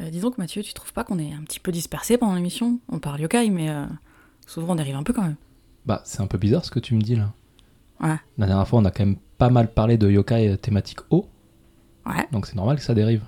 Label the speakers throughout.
Speaker 1: Euh, disons que Mathieu, tu trouves pas qu'on est un petit peu dispersé pendant l'émission On parle yokai, mais euh, souvent on dérive un peu quand même.
Speaker 2: Bah, c'est un peu bizarre ce que tu me dis là.
Speaker 1: Ouais.
Speaker 2: La dernière fois, on a quand même pas mal parlé de yokai euh, thématique eau,
Speaker 1: Ouais.
Speaker 2: donc c'est normal que ça dérive.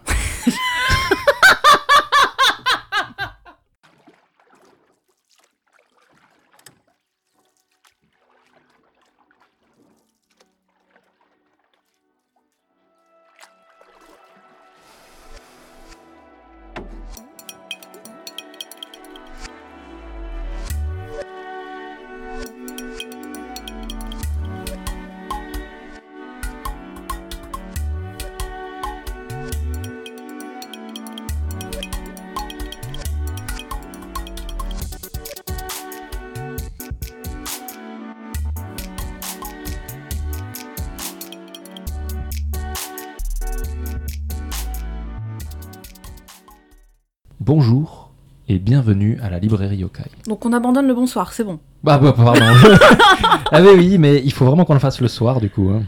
Speaker 2: Bonjour et bienvenue à la librairie yokai.
Speaker 1: Donc on abandonne le bonsoir, c'est bon.
Speaker 2: Bah, bah pardon. ah bah oui, mais il faut vraiment qu'on le fasse le soir du coup. hein.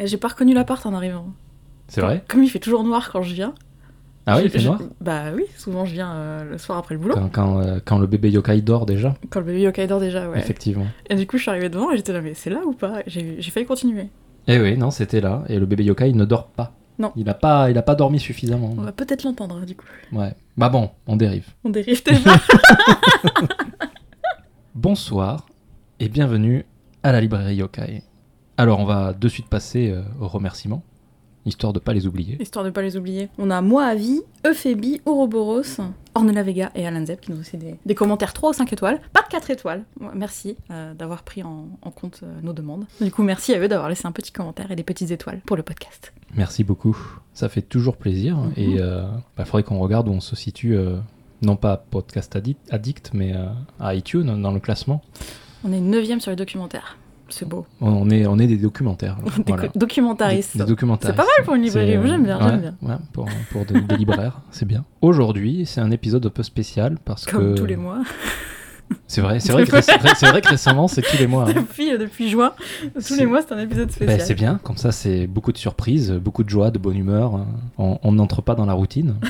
Speaker 1: Euh, J'ai pas reconnu l'appart en arrivant.
Speaker 2: C'est vrai
Speaker 1: Comme il fait toujours noir quand je viens.
Speaker 2: Ah oui,
Speaker 1: je-
Speaker 2: il fait
Speaker 1: je-
Speaker 2: noir
Speaker 1: Bah oui, souvent je viens euh, le soir après le boulot.
Speaker 2: quand, quand, euh, quand le bébé yokai dort déjà,
Speaker 1: Quand le bébé yokai dort déjà, ouais.
Speaker 2: effectivement.
Speaker 1: Et du coup, je suis arrivée devant et j'étais là, mais c'est là ou pas J'ai j'ai failli continuer.
Speaker 2: Eh oui, non, c'était là. Et le bébé yokai ne dort pas.
Speaker 1: Non.
Speaker 2: Il n'a pas, il a pas dormi suffisamment.
Speaker 1: On va peut-être l'entendre hein, du coup.
Speaker 2: Ouais. Bah bon, on dérive.
Speaker 1: On dérive déjà.
Speaker 2: Bonsoir et bienvenue à la librairie yokai. Alors, on va de suite passer euh, aux remerciements, histoire de pas les oublier.
Speaker 1: Histoire de pas les oublier. On a Moi à vie, Euphébi, Ouroboros, Ornella Vega et Alan Zep qui nous ont aussi des, des commentaires 3 ou 5 étoiles. Pas de 4 étoiles. Ouais, Merci euh, d'avoir pris en, en compte euh, nos demandes. Du coup, merci à eux d'avoir laissé un petit commentaire et des petites étoiles pour le podcast.
Speaker 2: Merci beaucoup. Ça fait toujours plaisir.
Speaker 1: Mhm.
Speaker 2: Et il faudrait qu'on regarde où on se situe, euh, non pas podcast addict, addict mais euh, à iTunes dans le classement.
Speaker 1: On est 9 sur les documentaires. C'est beau.
Speaker 2: On est, on est des documentaires.
Speaker 1: Des
Speaker 2: voilà.
Speaker 1: co- documentaristes.
Speaker 2: Des, des documentaires.
Speaker 1: C'est pas mal pour une librairie.
Speaker 2: C'est- euh,
Speaker 1: J'aime bien,
Speaker 2: ouais,
Speaker 1: j'aime bien.
Speaker 2: ouais, pour, pour des, des libraires, c'est bien. Aujourd'hui, c'est un épisode un peu spécial parce
Speaker 1: Comme
Speaker 2: que.
Speaker 1: tous les mois.
Speaker 2: C'est vrai, c'est vrai, que, réc- c'est vrai que récemment, c'est tous les mois. hein.
Speaker 1: depuis, euh, depuis juin, tous
Speaker 2: C'est-
Speaker 1: les mois, c'est un épisode spécial.
Speaker 2: Ben, c'est bien, comme ça, c'est beaucoup de surprises, beaucoup de joie, de bonne humeur. hein. On on n'entre pas dans la routine.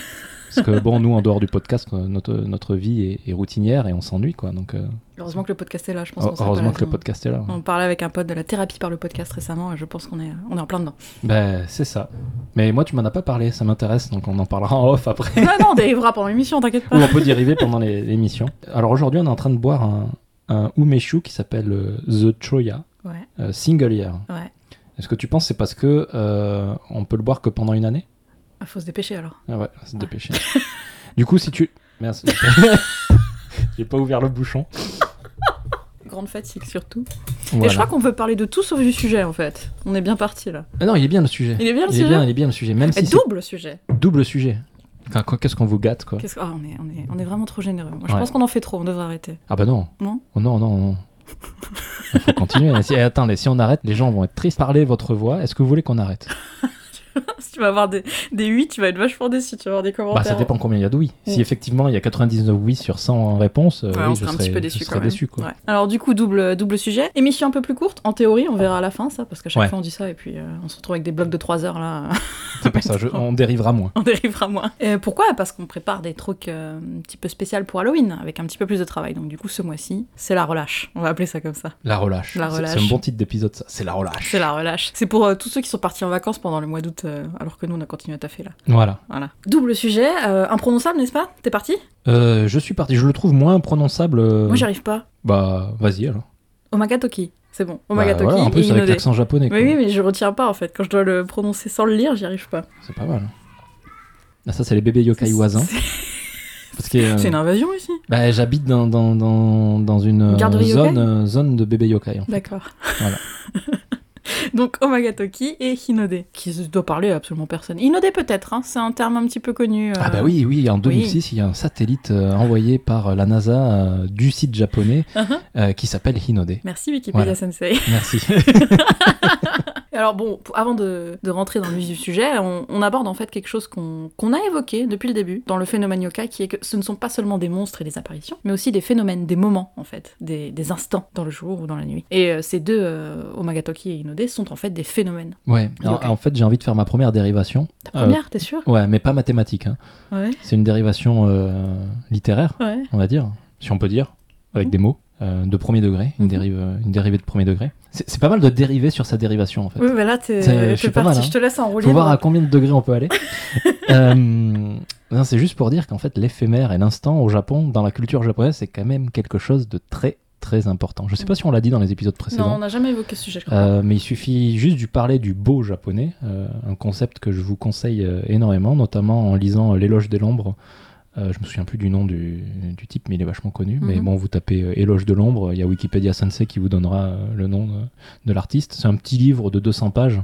Speaker 2: Parce que, bon, nous, en dehors du podcast, euh, notre, notre vie est, est routinière et on s'ennuie, quoi. Donc, euh,
Speaker 1: Heureusement que le podcast est là, je pense. qu'on serait pas
Speaker 2: Oh, heureusement
Speaker 1: là
Speaker 2: que le
Speaker 1: sans-
Speaker 2: podcast est là. ouais.
Speaker 1: On parlait avec un pote de la thérapie par le podcast récemment et je pense qu'on est, euh, on est en plein dedans.
Speaker 2: Ben, c'est ça. Mais moi, tu m'en as pas parlé, ça m'intéresse, donc on en parlera en off après.
Speaker 1: non, non, on dérivera pendant l'émission, t'inquiète
Speaker 2: Ou
Speaker 1: pas.
Speaker 2: on peut dériver pendant les- l'émission. Alors aujourd'hui, on est en train de boire un, un umeshu qui s'appelle euh, The Choya,
Speaker 1: Ouais,
Speaker 2: euh, single year.
Speaker 1: ouais.
Speaker 2: Est-ce que tu penses que c'est parce que euh, on peut le boire que pendant une année
Speaker 1: Ah, faut se dépêcher alors.
Speaker 2: Ah ouais, c'est dépêché. du coup, si tu... Merde, c'est- j'ai pas ouvert le bouchon.
Speaker 1: Grande fatigue surtout. Et je
Speaker 2: Voilà.
Speaker 1: crois qu'on peut parler de tout sauf du sujet en fait. On est bien parti là.
Speaker 2: Ah non, il est bien le sujet.
Speaker 1: Il est bien le
Speaker 2: il est
Speaker 1: sujet
Speaker 2: bien, il est bien le sujet, même
Speaker 1: Et
Speaker 2: si c'est
Speaker 1: double sujet.
Speaker 2: double sujet. Enfin, quoi- Qu'est-ce qu'on vous gâte, quoi
Speaker 1: Qu'est-ce que- Ah, on, est, on, est, on est vraiment trop généreux. Moi, je
Speaker 2: Ouais.
Speaker 1: pense qu'on en fait trop, on devrait arrêter.
Speaker 2: Ah bah non.
Speaker 1: Non
Speaker 2: Oh non, non, non. Il faut continuer. Si, eh, attendez, si on arrête, les gens vont être tristes. Parlez votre voix. Est-ce que vous voulez qu'on arrête
Speaker 1: si tu vas avoir des, des 8, tu vas être vachement déçu, tu vas avoir des
Speaker 2: Bah,
Speaker 1: commentaires.
Speaker 2: ça dépend combien il y a de oui.
Speaker 1: Mm.
Speaker 2: Si effectivement il y a 99 oui sur 100 réponses, euh,
Speaker 1: Ouais,
Speaker 2: oui,
Speaker 1: on
Speaker 2: je
Speaker 1: serait un
Speaker 2: serais,
Speaker 1: petit peu
Speaker 2: je
Speaker 1: déçu
Speaker 2: serais
Speaker 1: quand même.
Speaker 2: déçu, quoi.
Speaker 1: Ouais. Alors du coup double double sujet, émission un peu plus courte. En théorie, on verra à la fin ça parce qu'à chaque
Speaker 2: Ouais.
Speaker 1: fois on dit ça et puis euh, on se retrouve avec des blocs de 3 heures là.
Speaker 2: C'est pour ça, je- on dérivera moins.
Speaker 1: on dérivera moins. Et pourquoi Parce qu'on prépare des trucs euh, un petit peu spécial pour Halloween avec un petit peu plus de travail. Donc du coup ce mois-ci, c'est la relâche. On va appeler ça comme ça.
Speaker 2: La relâche.
Speaker 1: La
Speaker 2: C'est-
Speaker 1: relâche.
Speaker 2: C'est un bon titre d'épisode, ça. C'est la relâche.
Speaker 1: C'est la relâche. C'est pour euh, tous ceux qui sont partis en vacances pendant le mois d'août euh, alors que nous on a continué à taffer là.
Speaker 2: Voilà.
Speaker 1: Voilà. Double sujet, euh, imprononçable n'est-ce pas T'es parti
Speaker 2: Euh, je suis parti. Je le trouve moins prononçable. euh,
Speaker 1: Moi j'y arrive pas.
Speaker 2: Bah, vas-y alors.
Speaker 1: Omagatoki. C'est bon.
Speaker 2: Bah,
Speaker 1: Omagatoki
Speaker 2: voilà, en
Speaker 1: et
Speaker 2: plus, avec hein.
Speaker 1: Inode.
Speaker 2: l'accent japonais. quoi.
Speaker 1: Mais oui, mais je retiens pas en fait. Quand je dois le prononcer sans le lire, j'y arrive pas.
Speaker 2: C'est pas mal. Ah, ça, c'est les bébés yokai voisins.
Speaker 1: C'est-
Speaker 2: Parce que, euh,
Speaker 1: C'est une invasion ici.
Speaker 2: bah, j'habite dans, dans, dans, dans une euh,
Speaker 1: Garderie yokai
Speaker 2: zone, euh, zone de bébés yokai. en fait.
Speaker 1: D'accord.
Speaker 2: Voilà.
Speaker 1: Donc Omagatoki et Hinode, qui se- doit parler à absolument personne. Hinode peut-être, hein, c'est un terme un petit peu connu. euh,
Speaker 2: Ah bah oui, oui, en 2006, il y a un satellite euh, envoyé par la NASA euh, du site japonais
Speaker 1: Uh-huh.
Speaker 2: euh, qui s'appelle Hinode.
Speaker 1: Merci Wikipédia
Speaker 2: Voilà.
Speaker 1: Sensei.
Speaker 2: Merci.
Speaker 1: Alors bon, pour- avant de, de rentrer dans le vif du sujet, on, on aborde en fait quelque chose qu'on qu'on a évoqué depuis le début dans le phénomène yoka, qui est que ce ne sont pas seulement des monstres et des apparitions, mais aussi des phénomènes, des moments en fait, des, des instants dans le jour ou dans la nuit. Et euh, ces deux, euh, Omagatoki et Inode, sont en fait des phénomènes.
Speaker 2: Ouais. Alors,
Speaker 1: Ok.
Speaker 2: En fait, j'ai envie de faire ma première dérivation.
Speaker 1: Ta
Speaker 2: Euh,
Speaker 1: première, t'es sûr
Speaker 2: Ouais, mais pas mathématique. hein.
Speaker 1: Ouais.
Speaker 2: C'est une dérivation euh, littéraire,
Speaker 1: Ouais.
Speaker 2: on va dire, si on peut dire, avec
Speaker 1: Mhm.
Speaker 2: des mots euh, de premier degré, une
Speaker 1: Mhm.
Speaker 2: dérive, euh, une dérivée de premier degré. C'est c'est pas mal de dériver sur sa dérivation en fait.
Speaker 1: Oui, bah là, t'es
Speaker 2: euh, C'est- je
Speaker 1: t'es
Speaker 2: suis pas
Speaker 1: parti,
Speaker 2: mal, hein.
Speaker 1: je te laisse enrouler.
Speaker 2: Faut voir
Speaker 1: dans-
Speaker 2: à combien de degrés on peut aller. Euh, non, c'est juste pour dire qu'en fait, l'éphémère et l'instant au Japon, dans la culture japonaise, c'est quand même quelque chose de très très important. Je
Speaker 1: Mm.
Speaker 2: sais pas si on l'a dit dans les épisodes
Speaker 1: Non, on
Speaker 2: précédents.
Speaker 1: n'a jamais évoqué ce sujet, je crois.
Speaker 2: euh, mais il suffit juste du parler du beau japonais, euh, un concept que je vous conseille euh, énormément, notamment en lisant euh, L'éloge de l'ombre. Euh, je me souviens plus du nom du, du type, mais il est vachement connu. Mais
Speaker 1: Mhm.
Speaker 2: bon, vous tapez euh, Éloge de l'ombre, il y a Wikipédia Sensei qui vous donnera euh, le nom euh, de l'artiste. C'est un petit livre de 200 pages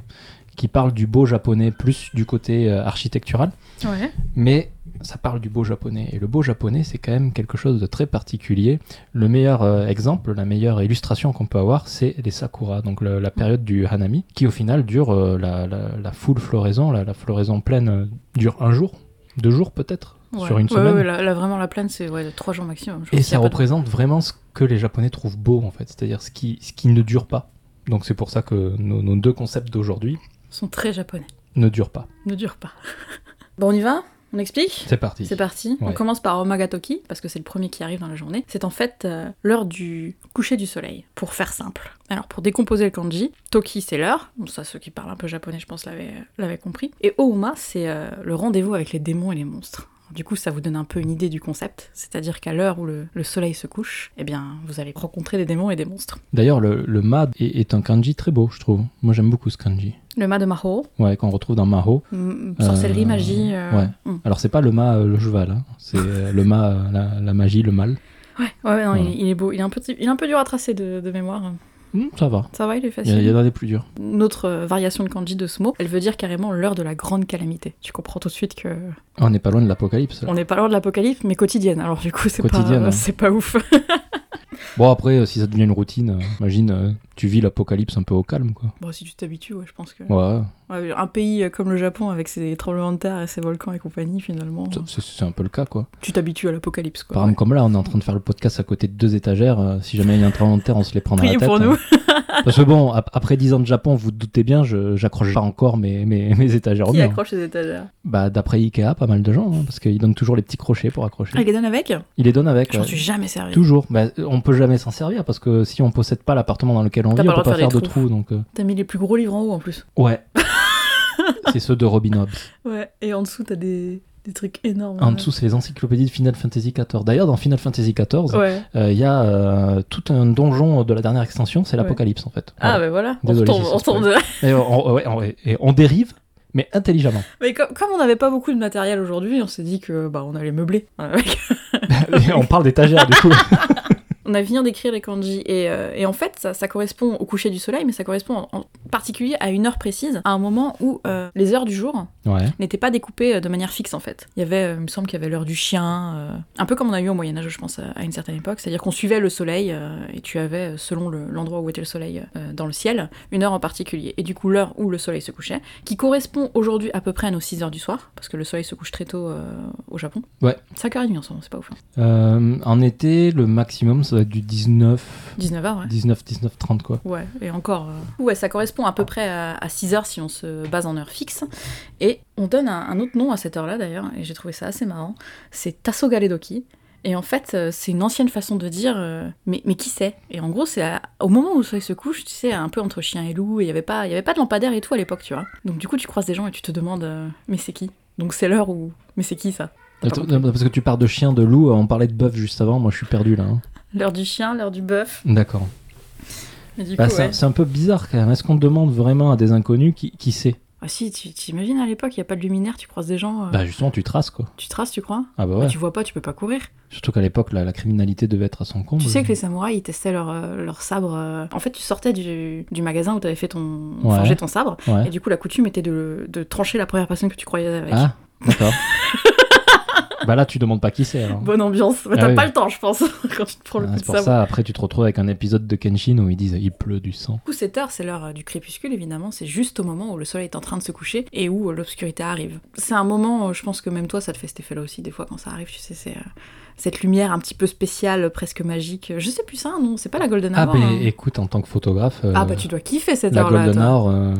Speaker 2: qui parle du beau japonais plus du côté euh, architectural,
Speaker 1: Ouais.
Speaker 2: mais ça parle du beau japonais. Et le beau japonais, c'est quand même quelque chose de très particulier. Le meilleur euh, exemple, la meilleure illustration qu'on peut avoir, c'est les sakura, donc le- la période du hanami, qui au final dure euh, la, la- la full floraison, la, la floraison pleine euh, dure un jour, deux jours peut-être,
Speaker 1: Ouais.
Speaker 2: sur une
Speaker 1: Ouais,
Speaker 2: semaine.
Speaker 1: ouais, là, là, vraiment, la plaine, c'est ouais, trois jours maximum. je
Speaker 2: Et
Speaker 1: pense qu'il y
Speaker 2: ça
Speaker 1: a pas de-
Speaker 2: représente vraiment ce que les Japonais trouvent beau, en fait, c'est-à-dire ce qui, ce qui ne dure pas. Donc c'est pour ça que nos, nos deux concepts d'aujourd'hui
Speaker 1: sont très japonais.
Speaker 2: ne durent pas.
Speaker 1: Ne dure pas. bon, on y va On explique
Speaker 2: C'est parti.
Speaker 1: C'est parti. On
Speaker 2: Ouais.
Speaker 1: commence par Omagatoki, parce que c'est le premier qui arrive dans la journée. C'est en fait euh, l'heure du coucher du soleil, pour faire simple. Alors, pour décomposer le kanji, Toki, c'est l'heure. Bon, ça, ceux qui parlent un peu japonais, je pense, l'avaient l'avaient compris. Et Ouma, c'est euh, le rendez-vous avec les démons et les monstres. Du coup, ça vous donne un peu une idée du concept, c'est-à-dire qu'à l'heure où le, le soleil se couche, eh bien, vous allez rencontrer des démons et des monstres.
Speaker 2: D'ailleurs, le, le ma est, est un kanji très beau, je trouve. Moi, j'aime beaucoup ce kanji.
Speaker 1: Le ma de Maho,
Speaker 2: Ouais, qu'on retrouve dans Maho.
Speaker 1: mm, sorcellerie,
Speaker 2: Euh,
Speaker 1: magie. euh,
Speaker 2: ouais.
Speaker 1: mm.
Speaker 2: Alors, c'est pas le ma euh, le cheval, hein. c'est euh, le ma euh, la, la magie, le mal.
Speaker 1: Ouais, ouais, non,
Speaker 2: Voilà.
Speaker 1: il, il est beau. Il est un peu, il est un peu dur à tracer de, de mémoire.
Speaker 2: Hmm, ça va.
Speaker 1: Ça va, il est
Speaker 2: Il
Speaker 1: facile.
Speaker 2: y, a- il y en a des plus durs.
Speaker 1: Une autre euh, variation de kanji de ce mot, elle veut dire carrément l'heure de la grande calamité. Tu comprends tout de suite que
Speaker 2: Ah, On n'est pas loin de l'apocalypse. là.
Speaker 1: on n'est pas l'heure de l'apocalypse, mais quotidienne. Alors du coup, c'est pas,
Speaker 2: Quotidienne, hein.
Speaker 1: c'est pas ouf.
Speaker 2: Bon, après, euh, si ça devient une routine, euh, imagine, euh, tu vis l'apocalypse un peu au calme, quoi.
Speaker 1: bon, si tu t'habitues, ouais, je pense que
Speaker 2: Ouais,
Speaker 1: Ouais, un pays euh, comme le Japon avec ses tremblements de terre et ses volcans et compagnie, finalement,
Speaker 2: c'est- c'est c'est un peu le cas, quoi.
Speaker 1: tu t'habitues à l'apocalypse. Quoi.
Speaker 2: Par exemple, comme là, on est en train de faire le podcast à côté de deux étagères. euh, si jamais il y a un tremblement de terre, on se les prend dans la
Speaker 1: Priez
Speaker 2: tête.
Speaker 1: pour
Speaker 2: hein.
Speaker 1: nous.
Speaker 2: Parce que bon, ap- après 10 ans de Japon, vous, vous doutez bien, je- j'accroche pas encore mes, mes, mes étagères au
Speaker 1: Qui
Speaker 2: mur.
Speaker 1: accroche les étagères
Speaker 2: Bah, d'après Ikea, pas mal de gens, hein, parce qu'ils donnent toujours les petits crochets pour
Speaker 1: Ah,
Speaker 2: accrocher.
Speaker 1: les donne avec
Speaker 2: Ils les donnent avec. euh,
Speaker 1: J'en
Speaker 2: ouais.
Speaker 1: suis jamais servi.
Speaker 2: Toujours. Bah, on peut jamais s'en servir parce que si on possède pas l'appartement dans lequel on
Speaker 1: T'as
Speaker 2: vit,
Speaker 1: pas
Speaker 2: on
Speaker 1: le
Speaker 2: peut pas
Speaker 1: droit de
Speaker 2: faire
Speaker 1: faire
Speaker 2: de
Speaker 1: des
Speaker 2: trous. Donc, euh,
Speaker 1: T'as mis les plus gros livres en haut en plus.
Speaker 2: ouais. c'est ceux de Robin Hobbs.
Speaker 1: Ouais, et en dessous, t'as des, des trucs énormes.
Speaker 2: En dessous, c'est les encyclopédies de Final Fantasy XIV. D'ailleurs, dans Final Fantasy XIV, euh,
Speaker 1: Ouais.
Speaker 2: il y a euh, tout un donjon de la dernière extension, c'est
Speaker 1: Ouais.
Speaker 2: l'Apocalypse en fait.
Speaker 1: Ah,
Speaker 2: Voilà.
Speaker 1: ben voilà.
Speaker 2: Désolé,
Speaker 1: on tombe,
Speaker 2: c'est
Speaker 1: on
Speaker 2: ça,
Speaker 1: tombe
Speaker 2: c'est
Speaker 1: de-
Speaker 2: Et on, ouais, on- et on dérive, mais intelligemment.
Speaker 1: Mais com- comme on n'avait pas beaucoup de matériel aujourd'hui, on s'est dit que bah on allait meubler. avec. Ah
Speaker 2: Et on parle d'étagère, du coup.
Speaker 1: on a vient d'écrire les kanji et, euh, et en fait ça, ça correspond au coucher du soleil, mais ça correspond en, en particulier à une heure précise, à un moment où euh, les heures du jour
Speaker 2: Ouais.
Speaker 1: n'étaient pas découpées euh, de manière fixe en fait. Il y avait, euh, il me semble qu'il y avait l'heure du chien, euh, un peu comme on a eu au Moyen Âge, je pense, à, à une certaine époque, c'est-à-dire qu'on suivait le soleil euh, et tu avais, selon le- l'endroit où était le soleil euh, dans le ciel, une heure en particulier. Et du coup l'heure où le soleil se couchait, qui correspond aujourd'hui à peu près à nos 6 heures du soir, parce que le soleil se couche très tôt euh, au Japon.
Speaker 2: Ouais.
Speaker 1: 5h30 en ce moment, c'est pas ouf. hein.
Speaker 2: Euh, en été, le maximum, ça va être du 19,
Speaker 1: 19h, ouais.
Speaker 2: 19, 19, 30, quoi.
Speaker 1: Ouais, et encore. euh, Ouais, ça correspond à peu près à, 6 heures si on se base en heure fixe. Et on donne un, un autre nom à cette heure-là d'ailleurs, et j'ai trouvé ça assez marrant. C'est Tassogaledoki. Et en fait, euh, c'est une ancienne façon de dire, euh, mais, mais qui sait Et en gros, c'est à- au moment où le soleil se couche, tu sais, un peu entre chien et loup, et il n'y avait, pas- il y avait pas de lampadaire et tout à l'époque, tu vois. Donc du coup, tu croises des gens et tu te demandes, euh, mais c'est qui Donc c'est l'heure où, mais c'est qui ça T'as pas
Speaker 2: Attends, non, parce que tu pars de chien, de loup, on parlait de bœuf juste avant, moi je suis perdu là. hein.
Speaker 1: L'heure du chien, l'heure du bœuf.
Speaker 2: D'accord.
Speaker 1: Et du
Speaker 2: Bah,
Speaker 1: coup,
Speaker 2: c'est
Speaker 1: ouais.
Speaker 2: c'est un peu bizarre quand même. Est-ce qu'on demande vraiment à des inconnus qui, qui sait
Speaker 1: Ah si, tu t'imagines à l'époque, il n'y a pas de luminaire, tu croises des gens, euh,
Speaker 2: Bah justement, tu traces quoi.
Speaker 1: tu traces, tu crois
Speaker 2: Ah bah ouais.
Speaker 1: Bah, tu vois pas, tu peux pas courir.
Speaker 2: Surtout qu'à l'époque, la, la criminalité devait être à son comble.
Speaker 1: Tu sais que les samouraïs, ils testaient leur, euh, leur sabre. euh, En fait, tu sortais du, du magasin où t'avais fait ton.
Speaker 2: Ouais.
Speaker 1: forgé ton sabre.
Speaker 2: Ouais.
Speaker 1: Et du coup, la coutume était de, de trancher la première personne que tu croyais avec.
Speaker 2: Ah, d'accord. Ah, Bah là, tu demandes pas qui c'est. alors.
Speaker 1: Bonne ambiance. Bah,
Speaker 2: Ah
Speaker 1: T'as
Speaker 2: oui.
Speaker 1: pas le temps, je pense, quand tu te prends le
Speaker 2: Ah,
Speaker 1: coup de
Speaker 2: c'est pour
Speaker 1: sabre.
Speaker 2: ça, après, tu te retrouves avec un épisode de Kenshin où ils disent il pleut du sang.
Speaker 1: Du coup, cette heure, c'est l'heure euh, du crépuscule, évidemment. C'est juste au moment où le soleil est en train de se coucher et où euh, l'obscurité arrive. C'est un moment, euh, je pense que même toi, ça te fait cet effet-là aussi, des fois, quand ça arrive, tu sais, c'est euh, cette lumière un petit peu spéciale, presque magique. Je sais plus ça, non, c'est pas la Golden
Speaker 2: Ah,
Speaker 1: Hour.
Speaker 2: ben
Speaker 1: hein.
Speaker 2: écoute, en tant que photographe, euh,
Speaker 1: Ah, bah tu dois kiffer cette
Speaker 2: la
Speaker 1: heure-là,
Speaker 2: Golden
Speaker 1: toi,
Speaker 2: Hour, euh,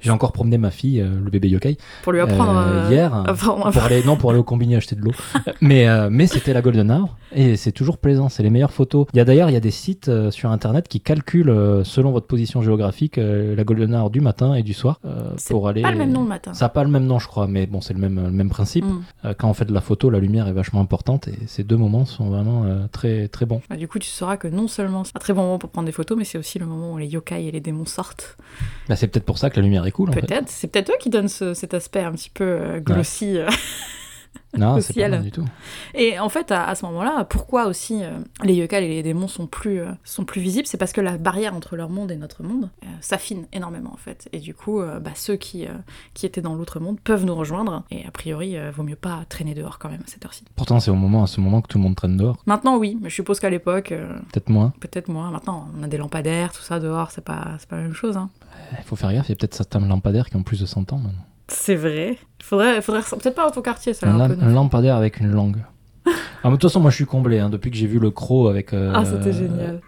Speaker 2: j'ai encore promené ma fille, euh, le bébé yokai,
Speaker 1: pour lui apprendre.
Speaker 2: euh,
Speaker 1: euh,
Speaker 2: hier.
Speaker 1: apprendre-
Speaker 2: pour aller, non, pour aller au combiné acheter de l'eau. mais euh, mais c'était la Golden Hour et c'est toujours plaisant, c'est les meilleures photos. Il y a d'ailleurs il y a des sites euh, sur internet qui calculent euh, selon votre position géographique euh, la Golden Hour du matin et du soir euh,
Speaker 1: C'est
Speaker 2: pour aller.
Speaker 1: Pas le même nom le matin.
Speaker 2: Ça n'a pas le même nom, je crois, mais bon, c'est le même, le même principe.
Speaker 1: Mm.
Speaker 2: Euh, Quand on fait de la photo, la lumière est vachement importante et ces deux moments sont vraiment euh, très très bons.
Speaker 1: Bah, du coup, tu sauras que non seulement c'est un très bon moment pour prendre des photos, mais c'est aussi le moment où les yokai et les démons sortent.
Speaker 2: Bah, c'est peut-être pour ça que la lumière est cool. en fait.
Speaker 1: Peut-être. C'est peut-être eux qui donnent ce- cet aspect un petit peu euh, glossy. euh,
Speaker 2: Non,
Speaker 1: Le
Speaker 2: c'est pas
Speaker 1: ciel.
Speaker 2: mal du tout.
Speaker 1: Et en fait, à, à ce moment-là, pourquoi aussi euh, les yokals et les démons sont plus, euh, sont plus visibles C'est parce que la barrière entre leur monde et notre monde euh, s'affine énormément, en fait. Et du coup, euh, bah, ceux qui, euh, qui étaient dans l'autre monde peuvent nous rejoindre. Et a priori, euh, vaut mieux pas traîner dehors quand même à cette heure-ci.
Speaker 2: Pourtant, c'est au moment, à ce moment que tout le monde traîne dehors,
Speaker 1: Maintenant, oui, mais je suppose qu'à l'époque, euh,
Speaker 2: peut-être moins.
Speaker 1: peut-être moins. Maintenant, on a des lampadaires, tout ça dehors, c'est pas, c'est pas la même chose. Hein.
Speaker 2: Il faut faire gaffe, il y a peut-être certains lampadaires qui ont plus de 100 ans maintenant.
Speaker 1: C'est vrai. Faudrait, faudrait peut-être pas dans ton quartier, ça. a
Speaker 2: Un,
Speaker 1: l'air
Speaker 2: lam-
Speaker 1: un peu
Speaker 2: un
Speaker 1: neuf.
Speaker 2: lampadaire avec une langue. Ah, mais de toute façon, moi je suis comblé hein, depuis que j'ai vu le croc avec. euh,
Speaker 1: Ah, c'était génial.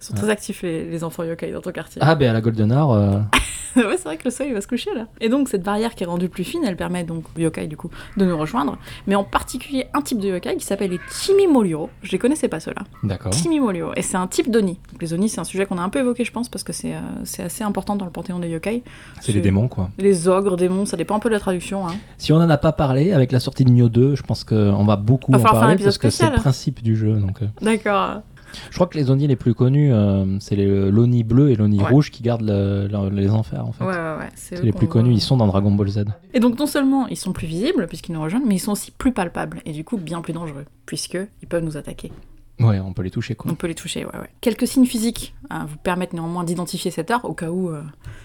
Speaker 1: Ils sont
Speaker 2: ouais.
Speaker 1: très actifs les, les enfants yokai dans ton quartier.
Speaker 2: Ah, ben à la Golden Hour, euh,
Speaker 1: ouais, c'est vrai que le soleil va se coucher là. Et donc cette barrière qui est rendue plus fine, elle permet donc aux yokai du coup de nous rejoindre, mais en particulier un type de yokai qui s'appelle les Chimimolio. Je les connaissais pas ceux-là.
Speaker 2: d'accord.
Speaker 1: Chimimolio, et c'est un type d'oni. Donc les oni, c'est un sujet qu'on a un peu évoqué, je pense, parce que c'est euh, c'est assez important dans le panthéon des yokai.
Speaker 2: C'est les démons quoi.
Speaker 1: Les ogres, démons, ça dépend un peu de la traduction. Hein.
Speaker 2: Si on en a pas parlé avec la sortie de Nioh 2, je pense qu'on va beaucoup
Speaker 1: Va
Speaker 2: en
Speaker 1: falloir faire un
Speaker 2: parler
Speaker 1: épisode
Speaker 2: parce que c'est
Speaker 1: spécial.
Speaker 2: le principe du jeu. Donc, euh.
Speaker 1: D'accord.
Speaker 2: Je crois que les Oni les plus connus, euh, c'est les- l'Oni bleu et l'Oni
Speaker 1: Ouais.
Speaker 2: rouge qui gardent le- le- les enfers en fait.
Speaker 1: Ouais, ouais, ouais. eux
Speaker 2: C'est les
Speaker 1: qu'on
Speaker 2: plus
Speaker 1: voit.
Speaker 2: connus, ils sont dans Dragon Ball Z.
Speaker 1: Et donc non seulement ils sont plus visibles puisqu'ils nous rejoignent, mais ils sont aussi plus palpables et du coup bien plus dangereux puisque ils peuvent nous attaquer.
Speaker 2: Ouais, on peut les toucher quoi.
Speaker 1: On peut les toucher, ouais, ouais. Quelques signes physiques hein, vous permettent néanmoins d'identifier cette heure au cas où euh,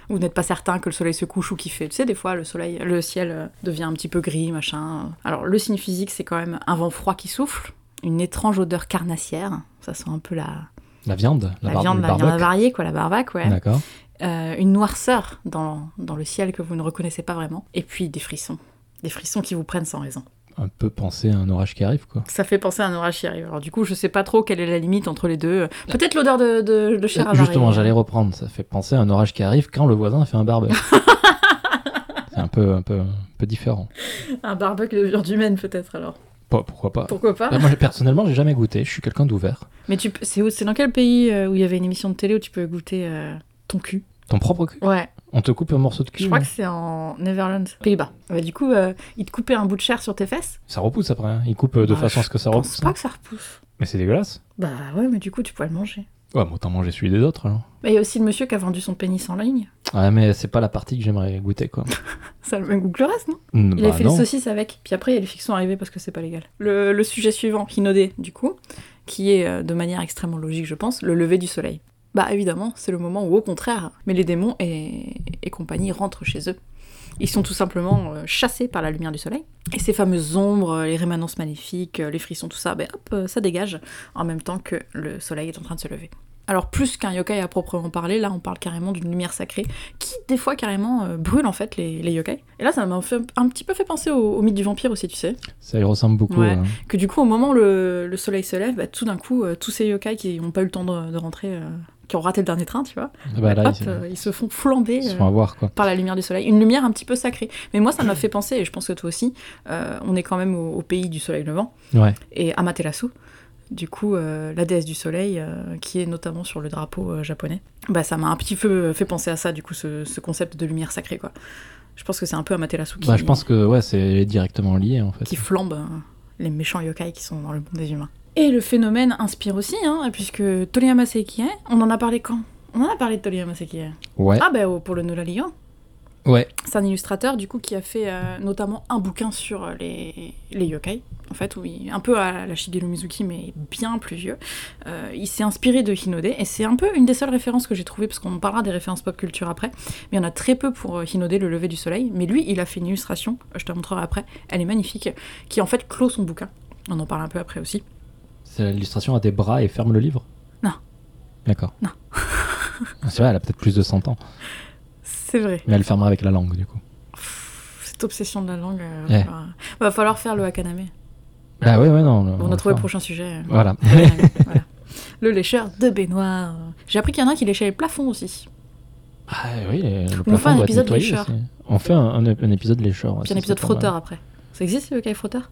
Speaker 1: vous n'êtes pas certain que le soleil se couche ou qu'il fait. Tu sais, des fois, le soleil, le ciel euh, devient un petit peu gris, machin. Alors, le signe physique, c'est quand même un vent froid qui souffle, une étrange odeur carnassière. Ça sent un peu la,
Speaker 2: La viande, la,
Speaker 1: la
Speaker 2: bar-
Speaker 1: viande,
Speaker 2: le
Speaker 1: la viande
Speaker 2: barbec.
Speaker 1: avariée, quoi, la barbaque, ouais.
Speaker 2: D'accord.
Speaker 1: Euh, une noirceur dans, dans le ciel que vous ne reconnaissez pas vraiment. Et puis, des frissons. Des frissons qui vous prennent sans raison.
Speaker 2: Un peu penser à un orage qui arrive quoi.
Speaker 1: Ça fait penser à un orage qui arrive. Alors du coup, je sais pas trop quelle est la limite entre les deux. Peut-être l'odeur de, de, de chair avariée.
Speaker 2: Euh, Justement, j'allais reprendre. Ça fait penser à un orage qui arrive quand le voisin fait un barbecue. c'est un peu, un peu, un peu différent.
Speaker 1: Un barbecue de viande humaine peut-être alors.
Speaker 2: Pas- pourquoi pas
Speaker 1: Pourquoi pas
Speaker 2: Bah, Moi, j'ai- personnellement, j'ai jamais goûté. Je suis quelqu'un d'ouvert.
Speaker 1: Mais tu, peux- c'est où C'est dans quel pays euh, où il y avait une émission de télé où tu peux goûter euh, ton cul
Speaker 2: Ton propre cul.
Speaker 1: Ouais.
Speaker 2: On te coupe un morceau de cul.
Speaker 1: Je crois
Speaker 2: hein.
Speaker 1: que c'est en Neverland, Pays-Bas. Bah, du coup, euh, ils te coupaient un bout de chair sur tes fesses.
Speaker 2: Ça repousse après. hein. Il coupe euh, de
Speaker 1: Bah,
Speaker 2: façon à ce que ça
Speaker 1: Je pense
Speaker 2: repousse. hein.
Speaker 1: pas que ça repousse.
Speaker 2: Mais c'est dégueulasse.
Speaker 1: Bah ouais, mais du coup, tu pouvais le manger.
Speaker 2: Ouais, mais autant manger celui des autres alors.
Speaker 1: Bah, Il y a aussi le monsieur qui a vendu son pénis en ligne.
Speaker 2: Ouais, mais c'est pas la partie que j'aimerais goûter quoi.
Speaker 1: Ça a le même goût que le reste, non
Speaker 2: Mm,
Speaker 1: Il
Speaker 2: bah,
Speaker 1: avait fait
Speaker 2: non.
Speaker 1: les saucisses avec. Puis après, il y a les fictions arrivées parce que c'est pas légal. Le, le sujet suivant, Hinode, du coup, qui est euh, de manière extrêmement logique, je pense, le lever du soleil. Bah évidemment, c'est le moment où, au contraire, mais les démons et, et compagnie rentrent chez eux. Ils sont tout simplement euh, chassés par la lumière du soleil. Et ces fameuses ombres, euh, les rémanences maléfiques, euh, les frissons, tout ça, ben hop, euh, ça dégage en même temps que le soleil est en train de se lever. Alors plus qu'un yokai à proprement parler, là on parle carrément d'une lumière sacrée qui des fois carrément euh, brûle en fait les, les yokai. Et là ça m'a fait un petit peu fait penser au, au mythe du vampire aussi, tu sais.
Speaker 2: Ça y ressemble beaucoup.
Speaker 1: Ouais.
Speaker 2: hein.
Speaker 1: Que du coup au moment où le, le soleil se lève, bah, tout d'un coup euh, tous ces yokai qui n'ont pas eu le temps de, de rentrer, euh, qui ont raté le dernier train, tu vois,
Speaker 2: Ah bah, là,
Speaker 1: hop,
Speaker 2: ils,
Speaker 1: euh, ils se font flamber.
Speaker 2: ils se
Speaker 1: euh,
Speaker 2: font avoir quoi.
Speaker 1: par la lumière du soleil, une lumière un petit peu sacrée. Mais moi, ça m'a fait penser, et je pense que toi aussi, euh, on est quand même au, au pays du soleil levant,
Speaker 2: Ouais.
Speaker 1: et Amaterasu, du coup, euh, la déesse du soleil, euh, qui est notamment sur le drapeau euh, japonais, bah, ça m'a un petit peu fait penser à ça, du coup, ce, ce concept de lumière sacrée, quoi. Je pense que c'est un peu Amaterasu qui,
Speaker 2: Bah, je pense que ouais, c'est directement lié en fait.
Speaker 1: qui flambe euh, les méchants yokai qui sont dans le monde des humains. Et le phénomène inspire aussi, hein, puisque Toriyama Sekiai, on en a parlé quand On en a parlé de Toriyama Sekiai.
Speaker 2: Ouais.
Speaker 1: Ah ben, au- pour le oh, Nola Lion.
Speaker 2: Ouais.
Speaker 1: C'est un illustrateur du coup qui a fait euh, notamment un bouquin sur euh, les, les yokai, en fait, où il- un peu à la Shigeru Mizuki, mais bien plus vieux. Euh, il s'est inspiré de Hinode, et c'est un peu une des seules références que j'ai trouvées, parce qu'on parlera des références pop culture après, mais il y en a très peu pour euh, Hinode, le lever du soleil. Mais lui, il a fait une illustration, je te la montrerai après, elle est magnifique, qui en fait clôt son bouquin. On en parle un peu après aussi.
Speaker 2: C'est l'illustration à des bras et ferme le livre
Speaker 1: Non.
Speaker 2: D'accord.
Speaker 1: Non.
Speaker 2: C'est vrai, elle a peut-être plus de 100 ans.
Speaker 1: C'est vrai.
Speaker 2: Mais elle fermera avec la langue, du coup.
Speaker 1: Pff, Cette obsession de la langue, euh,
Speaker 2: Ouais.
Speaker 1: va, va falloir faire le Hakaname.
Speaker 2: Ah ouais, ouais, non.
Speaker 1: Bon, on a trouvé le prochain sujet. euh.
Speaker 2: Voilà.
Speaker 1: Voilà. Le lécheur de baignoire. J'ai appris qu'il y en a un qui léchait les plafonds aussi.
Speaker 2: Ah oui,
Speaker 1: On
Speaker 2: le
Speaker 1: fait un
Speaker 2: plafond doit être
Speaker 1: épisode
Speaker 2: nettoyé
Speaker 1: lécheur.
Speaker 2: aussi. On fait un, un- un épisode lécheur. ouais,
Speaker 1: Puis
Speaker 2: ça
Speaker 1: un
Speaker 2: serait
Speaker 1: épisode
Speaker 2: pas mal.
Speaker 1: frotteur après. Ça existe le cahier frotteur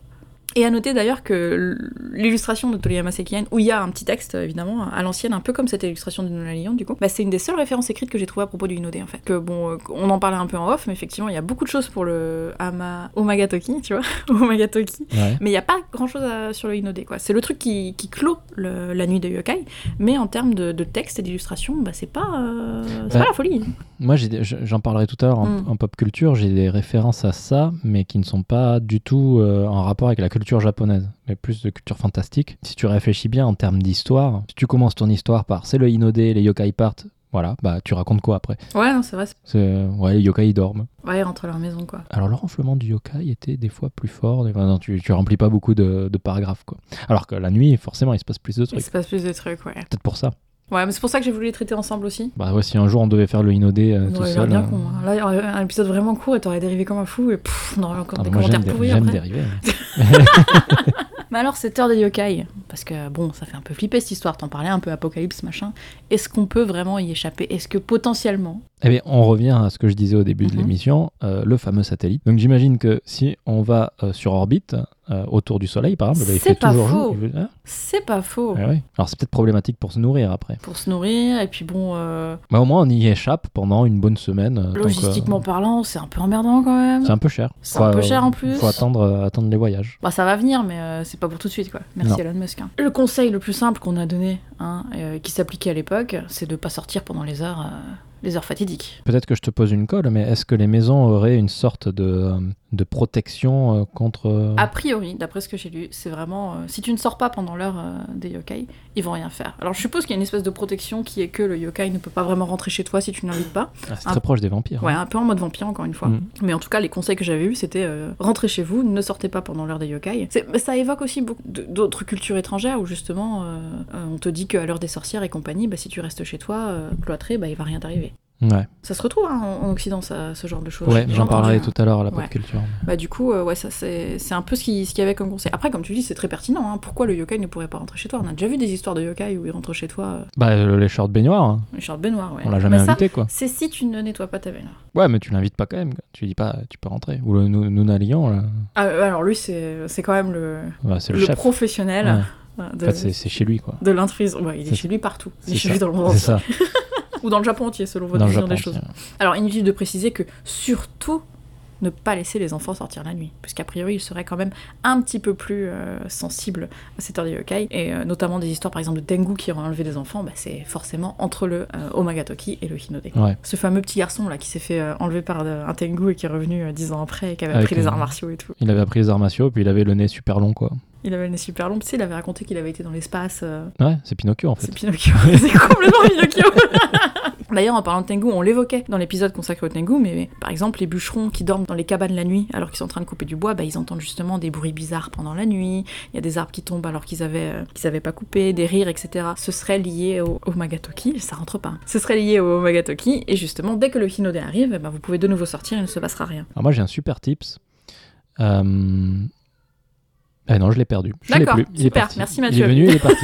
Speaker 1: Et à noter d'ailleurs que l'illustration de Toriyama Sekien, où il y a un petit texte évidemment à l'ancienne, un peu comme cette illustration de Nolan Lyon du coup, bah, c'est une des seules références écrites que j'ai trouvées à propos du Inodé en fait. Que bon, euh, on en parlait un peu en off, mais effectivement il y a beaucoup de choses pour le Ama... Omagatoki, tu vois, Omagatoki,
Speaker 2: Ouais.
Speaker 1: Mais il n'y a pas grand chose sur le Inodé, quoi. C'est le truc qui, qui clôt le- la nuit de yokai, mais en termes de, de texte et d'illustration, bah, c'est pas, euh, c'est
Speaker 2: Bah,
Speaker 1: pas la folie.
Speaker 2: Moi, j'ai des- je- j'en parlerai tout à l'heure en,
Speaker 1: Mm.
Speaker 2: en pop culture. J'ai des références à ça, mais qui ne sont pas du tout euh, en rapport avec la culture japonaise, mais plus de culture fantastique. Si tu réfléchis bien en termes d'histoire, si tu commences ton histoire par c'est le Inode, les yokai partent, voilà, bah tu racontes quoi après
Speaker 1: Ouais, non, c'est vrai.
Speaker 2: C'est, euh, Ouais, les yokai ils dorment.
Speaker 1: Ouais, entre leur maison, quoi.
Speaker 2: Alors le renflement du yokai était des fois plus fort. Des- enfin, non, tu, tu remplis pas beaucoup de, de paragraphes, quoi. Alors que la nuit, forcément, il se passe plus de
Speaker 1: Il
Speaker 2: trucs.
Speaker 1: se passe plus de trucs, ouais.
Speaker 2: Peut-être pour ça.
Speaker 1: Ouais, mais c'est pour ça que j'ai voulu les traiter ensemble aussi.
Speaker 2: Bah ouais, si un jour on devait faire le Inode euh,
Speaker 1: On
Speaker 2: tout
Speaker 1: aurait eu l'air
Speaker 2: seul.
Speaker 1: bien
Speaker 2: euh,
Speaker 1: con. hein. Là, il y aurait eu un épisode vraiment court et t'aurais dérivé comme un fou et pff, on aurait encore
Speaker 2: ah,
Speaker 1: des
Speaker 2: bah, moi, j'aime
Speaker 1: commentaires
Speaker 2: dé-
Speaker 1: pourris
Speaker 2: j'aime
Speaker 1: après.
Speaker 2: dériver. hein.
Speaker 1: Mais alors, cette heure des yokai, parce que bon, ça fait un peu flipper cette histoire, t'en parlais un peu apocalypse, machin. Est-ce qu'on peut vraiment y échapper Est-ce que potentiellement.
Speaker 2: Eh bien, on revient à ce que je disais au début de
Speaker 1: Mhm.
Speaker 2: l'émission, euh, le fameux satellite. Donc j'imagine que si on va euh, sur orbite, euh, autour du Soleil par exemple, bah, il
Speaker 1: C'est
Speaker 2: fait
Speaker 1: pas
Speaker 2: toujours
Speaker 1: faux.
Speaker 2: jour. il fait- hein
Speaker 1: C'est pas faux.
Speaker 2: Eh oui. Alors c'est peut-être problématique pour se nourrir après.
Speaker 1: Pour se nourrir, et puis bon, euh,
Speaker 2: Mais au moins on y échappe pendant une bonne semaine. euh, donc, euh,
Speaker 1: logistiquement parlant, c'est un peu emmerdant quand même.
Speaker 2: c'est un peu cher.
Speaker 1: Mm. C'est un
Speaker 2: Faut,
Speaker 1: peu
Speaker 2: euh,
Speaker 1: cher en plus.
Speaker 2: Faut attendre, euh, attendre les voyages.
Speaker 1: Bah, ça va venir, mais euh, c'est pas pour tout de suite, quoi. Merci
Speaker 2: Non.
Speaker 1: Elon Musk. hein. Le conseil le plus simple qu'on a donné, hein, euh, qui s'appliquait à l'époque, c'est de pas sortir pendant les heures, euh, les heures fatidiques.
Speaker 2: Peut-être que je te pose une colle, mais est-ce que les maisons auraient une sorte de, euh, de protection euh, contre... euh,
Speaker 1: A priori, d'après ce que j'ai lu, c'est vraiment euh, si tu ne sors pas pendant l'heure euh, des yokai, ils vont rien faire. Alors je suppose qu'il y a une espèce de protection qui est que le yokai ne peut pas vraiment rentrer chez toi si tu ne l'invites pas.
Speaker 2: Ah, c'est très proche des vampires.
Speaker 1: Ouais, un peu en mode vampire encore une fois.
Speaker 2: Mm.
Speaker 1: Mais en tout cas, les conseils que j'avais eus, c'était euh, rentrez chez vous, ne sortez pas pendant l'heure des yokai. C'est- mais Ça évoque aussi beaucoup de- d'autres cultures étrangères où justement, euh, euh, on te dit qu'à l'heure des sorcières et compagnie, bah, si tu restes chez toi, euh, cloîtré, bah, il va rien t'arriver.
Speaker 2: Ouais,
Speaker 1: Ça se retrouve hein, en, en Occident, ça, ce genre de choses.
Speaker 2: Ouais,
Speaker 1: J'ai
Speaker 2: j'en
Speaker 1: entendu,
Speaker 2: parlerai
Speaker 1: hein.
Speaker 2: tout à l'heure à la
Speaker 1: Ouais.
Speaker 2: pop culture.
Speaker 1: Bah, du coup, euh, ouais, ça c'est c'est un peu ce qui- ce qu'il y avait comme conseil. Après, comme tu dis, c'est très pertinent. hein. Pourquoi le yokai ne pourrait pas rentrer chez toi On a déjà vu des histoires de yokai où ils rentrent chez toi, euh,
Speaker 2: Bah, euh, les shorts baignoires, hein.
Speaker 1: les shorts baignoires. Ouais.
Speaker 2: on l'a jamais
Speaker 1: Bah, ça,
Speaker 2: invité quoi.
Speaker 1: C'est si tu ne nettoies pas ta baignoire.
Speaker 2: Ouais, mais tu l'invites pas quand même. quoi. Tu dis pas, tu peux rentrer. Ou le Nou- Nuna Lion, là.
Speaker 1: Ah, euh, alors lui, c'est c'est quand même le,
Speaker 2: Bah, c'est
Speaker 1: le,
Speaker 2: le, chef.
Speaker 1: professionnel
Speaker 2: Ouais.
Speaker 1: euh,
Speaker 2: En
Speaker 1: de,
Speaker 2: fait, c'est- c'est chez lui, quoi.
Speaker 1: de l'intrusion. Ouais, il est,
Speaker 2: C'est
Speaker 1: chez lui partout. Il est
Speaker 2: C'est
Speaker 1: chez lui dans le monde
Speaker 2: C'est
Speaker 1: entier.
Speaker 2: ça,
Speaker 1: Ou dans le Japon entier, selon votre
Speaker 2: dans le
Speaker 1: vision
Speaker 2: Japon.
Speaker 1: des choses.
Speaker 2: tiens.
Speaker 1: Alors, inutile de préciser que surtout ne pas laisser les enfants sortir la nuit, puisqu'a priori ils seraient quand même un petit peu plus euh, sensibles à cette heure des yokai, et euh, notamment des histoires par exemple de Tengu qui aurait enlevé des enfants, bah, c'est forcément entre le euh, Omagatoki et le Hinode.
Speaker 2: Ouais.
Speaker 1: Ce fameux petit garçon là qui s'est fait euh, enlever par euh, un Tengu et qui est revenu euh, dix ans après et qui avait
Speaker 2: Avec
Speaker 1: appris les
Speaker 2: un-
Speaker 1: arts martiaux et tout.
Speaker 2: Il avait appris les arts martiaux, puis il avait le nez super long, quoi.
Speaker 1: Il avait le nez super long, tu sais, il avait raconté qu'il avait été dans l'espace... euh,
Speaker 2: Ouais, c'est Pinocchio, en fait.
Speaker 1: C'est Pinocchio, c'est complètement Pinocchio. D'ailleurs, en parlant de Tengu, on l'évoquait dans l'épisode consacré au Tengu, mais par exemple, les bûcherons qui dorment dans les cabanes la nuit alors qu'ils sont en train de couper du bois, bah, ils entendent justement des bruits bizarres pendant la nuit, il y a des arbres qui tombent alors qu'ils avaient, euh, qu'ils avaient pas coupé, des rires, etc. Ce serait lié au, au Magatoki, ça rentre pas. Ce serait lié au Magatoki, et justement, dès que le Hinode arrive, eh ben, vous pouvez de nouveau sortir, il ne se passera rien.
Speaker 2: Alors, Ah, moi, j'ai un super tips. Euh... Ah non, je l'ai perdu. Je l'ai
Speaker 1: D'accord,
Speaker 2: plus. Il est
Speaker 1: super,
Speaker 2: parti.
Speaker 1: merci,
Speaker 2: Il
Speaker 1: Mathieu.
Speaker 2: est venu, il est parti.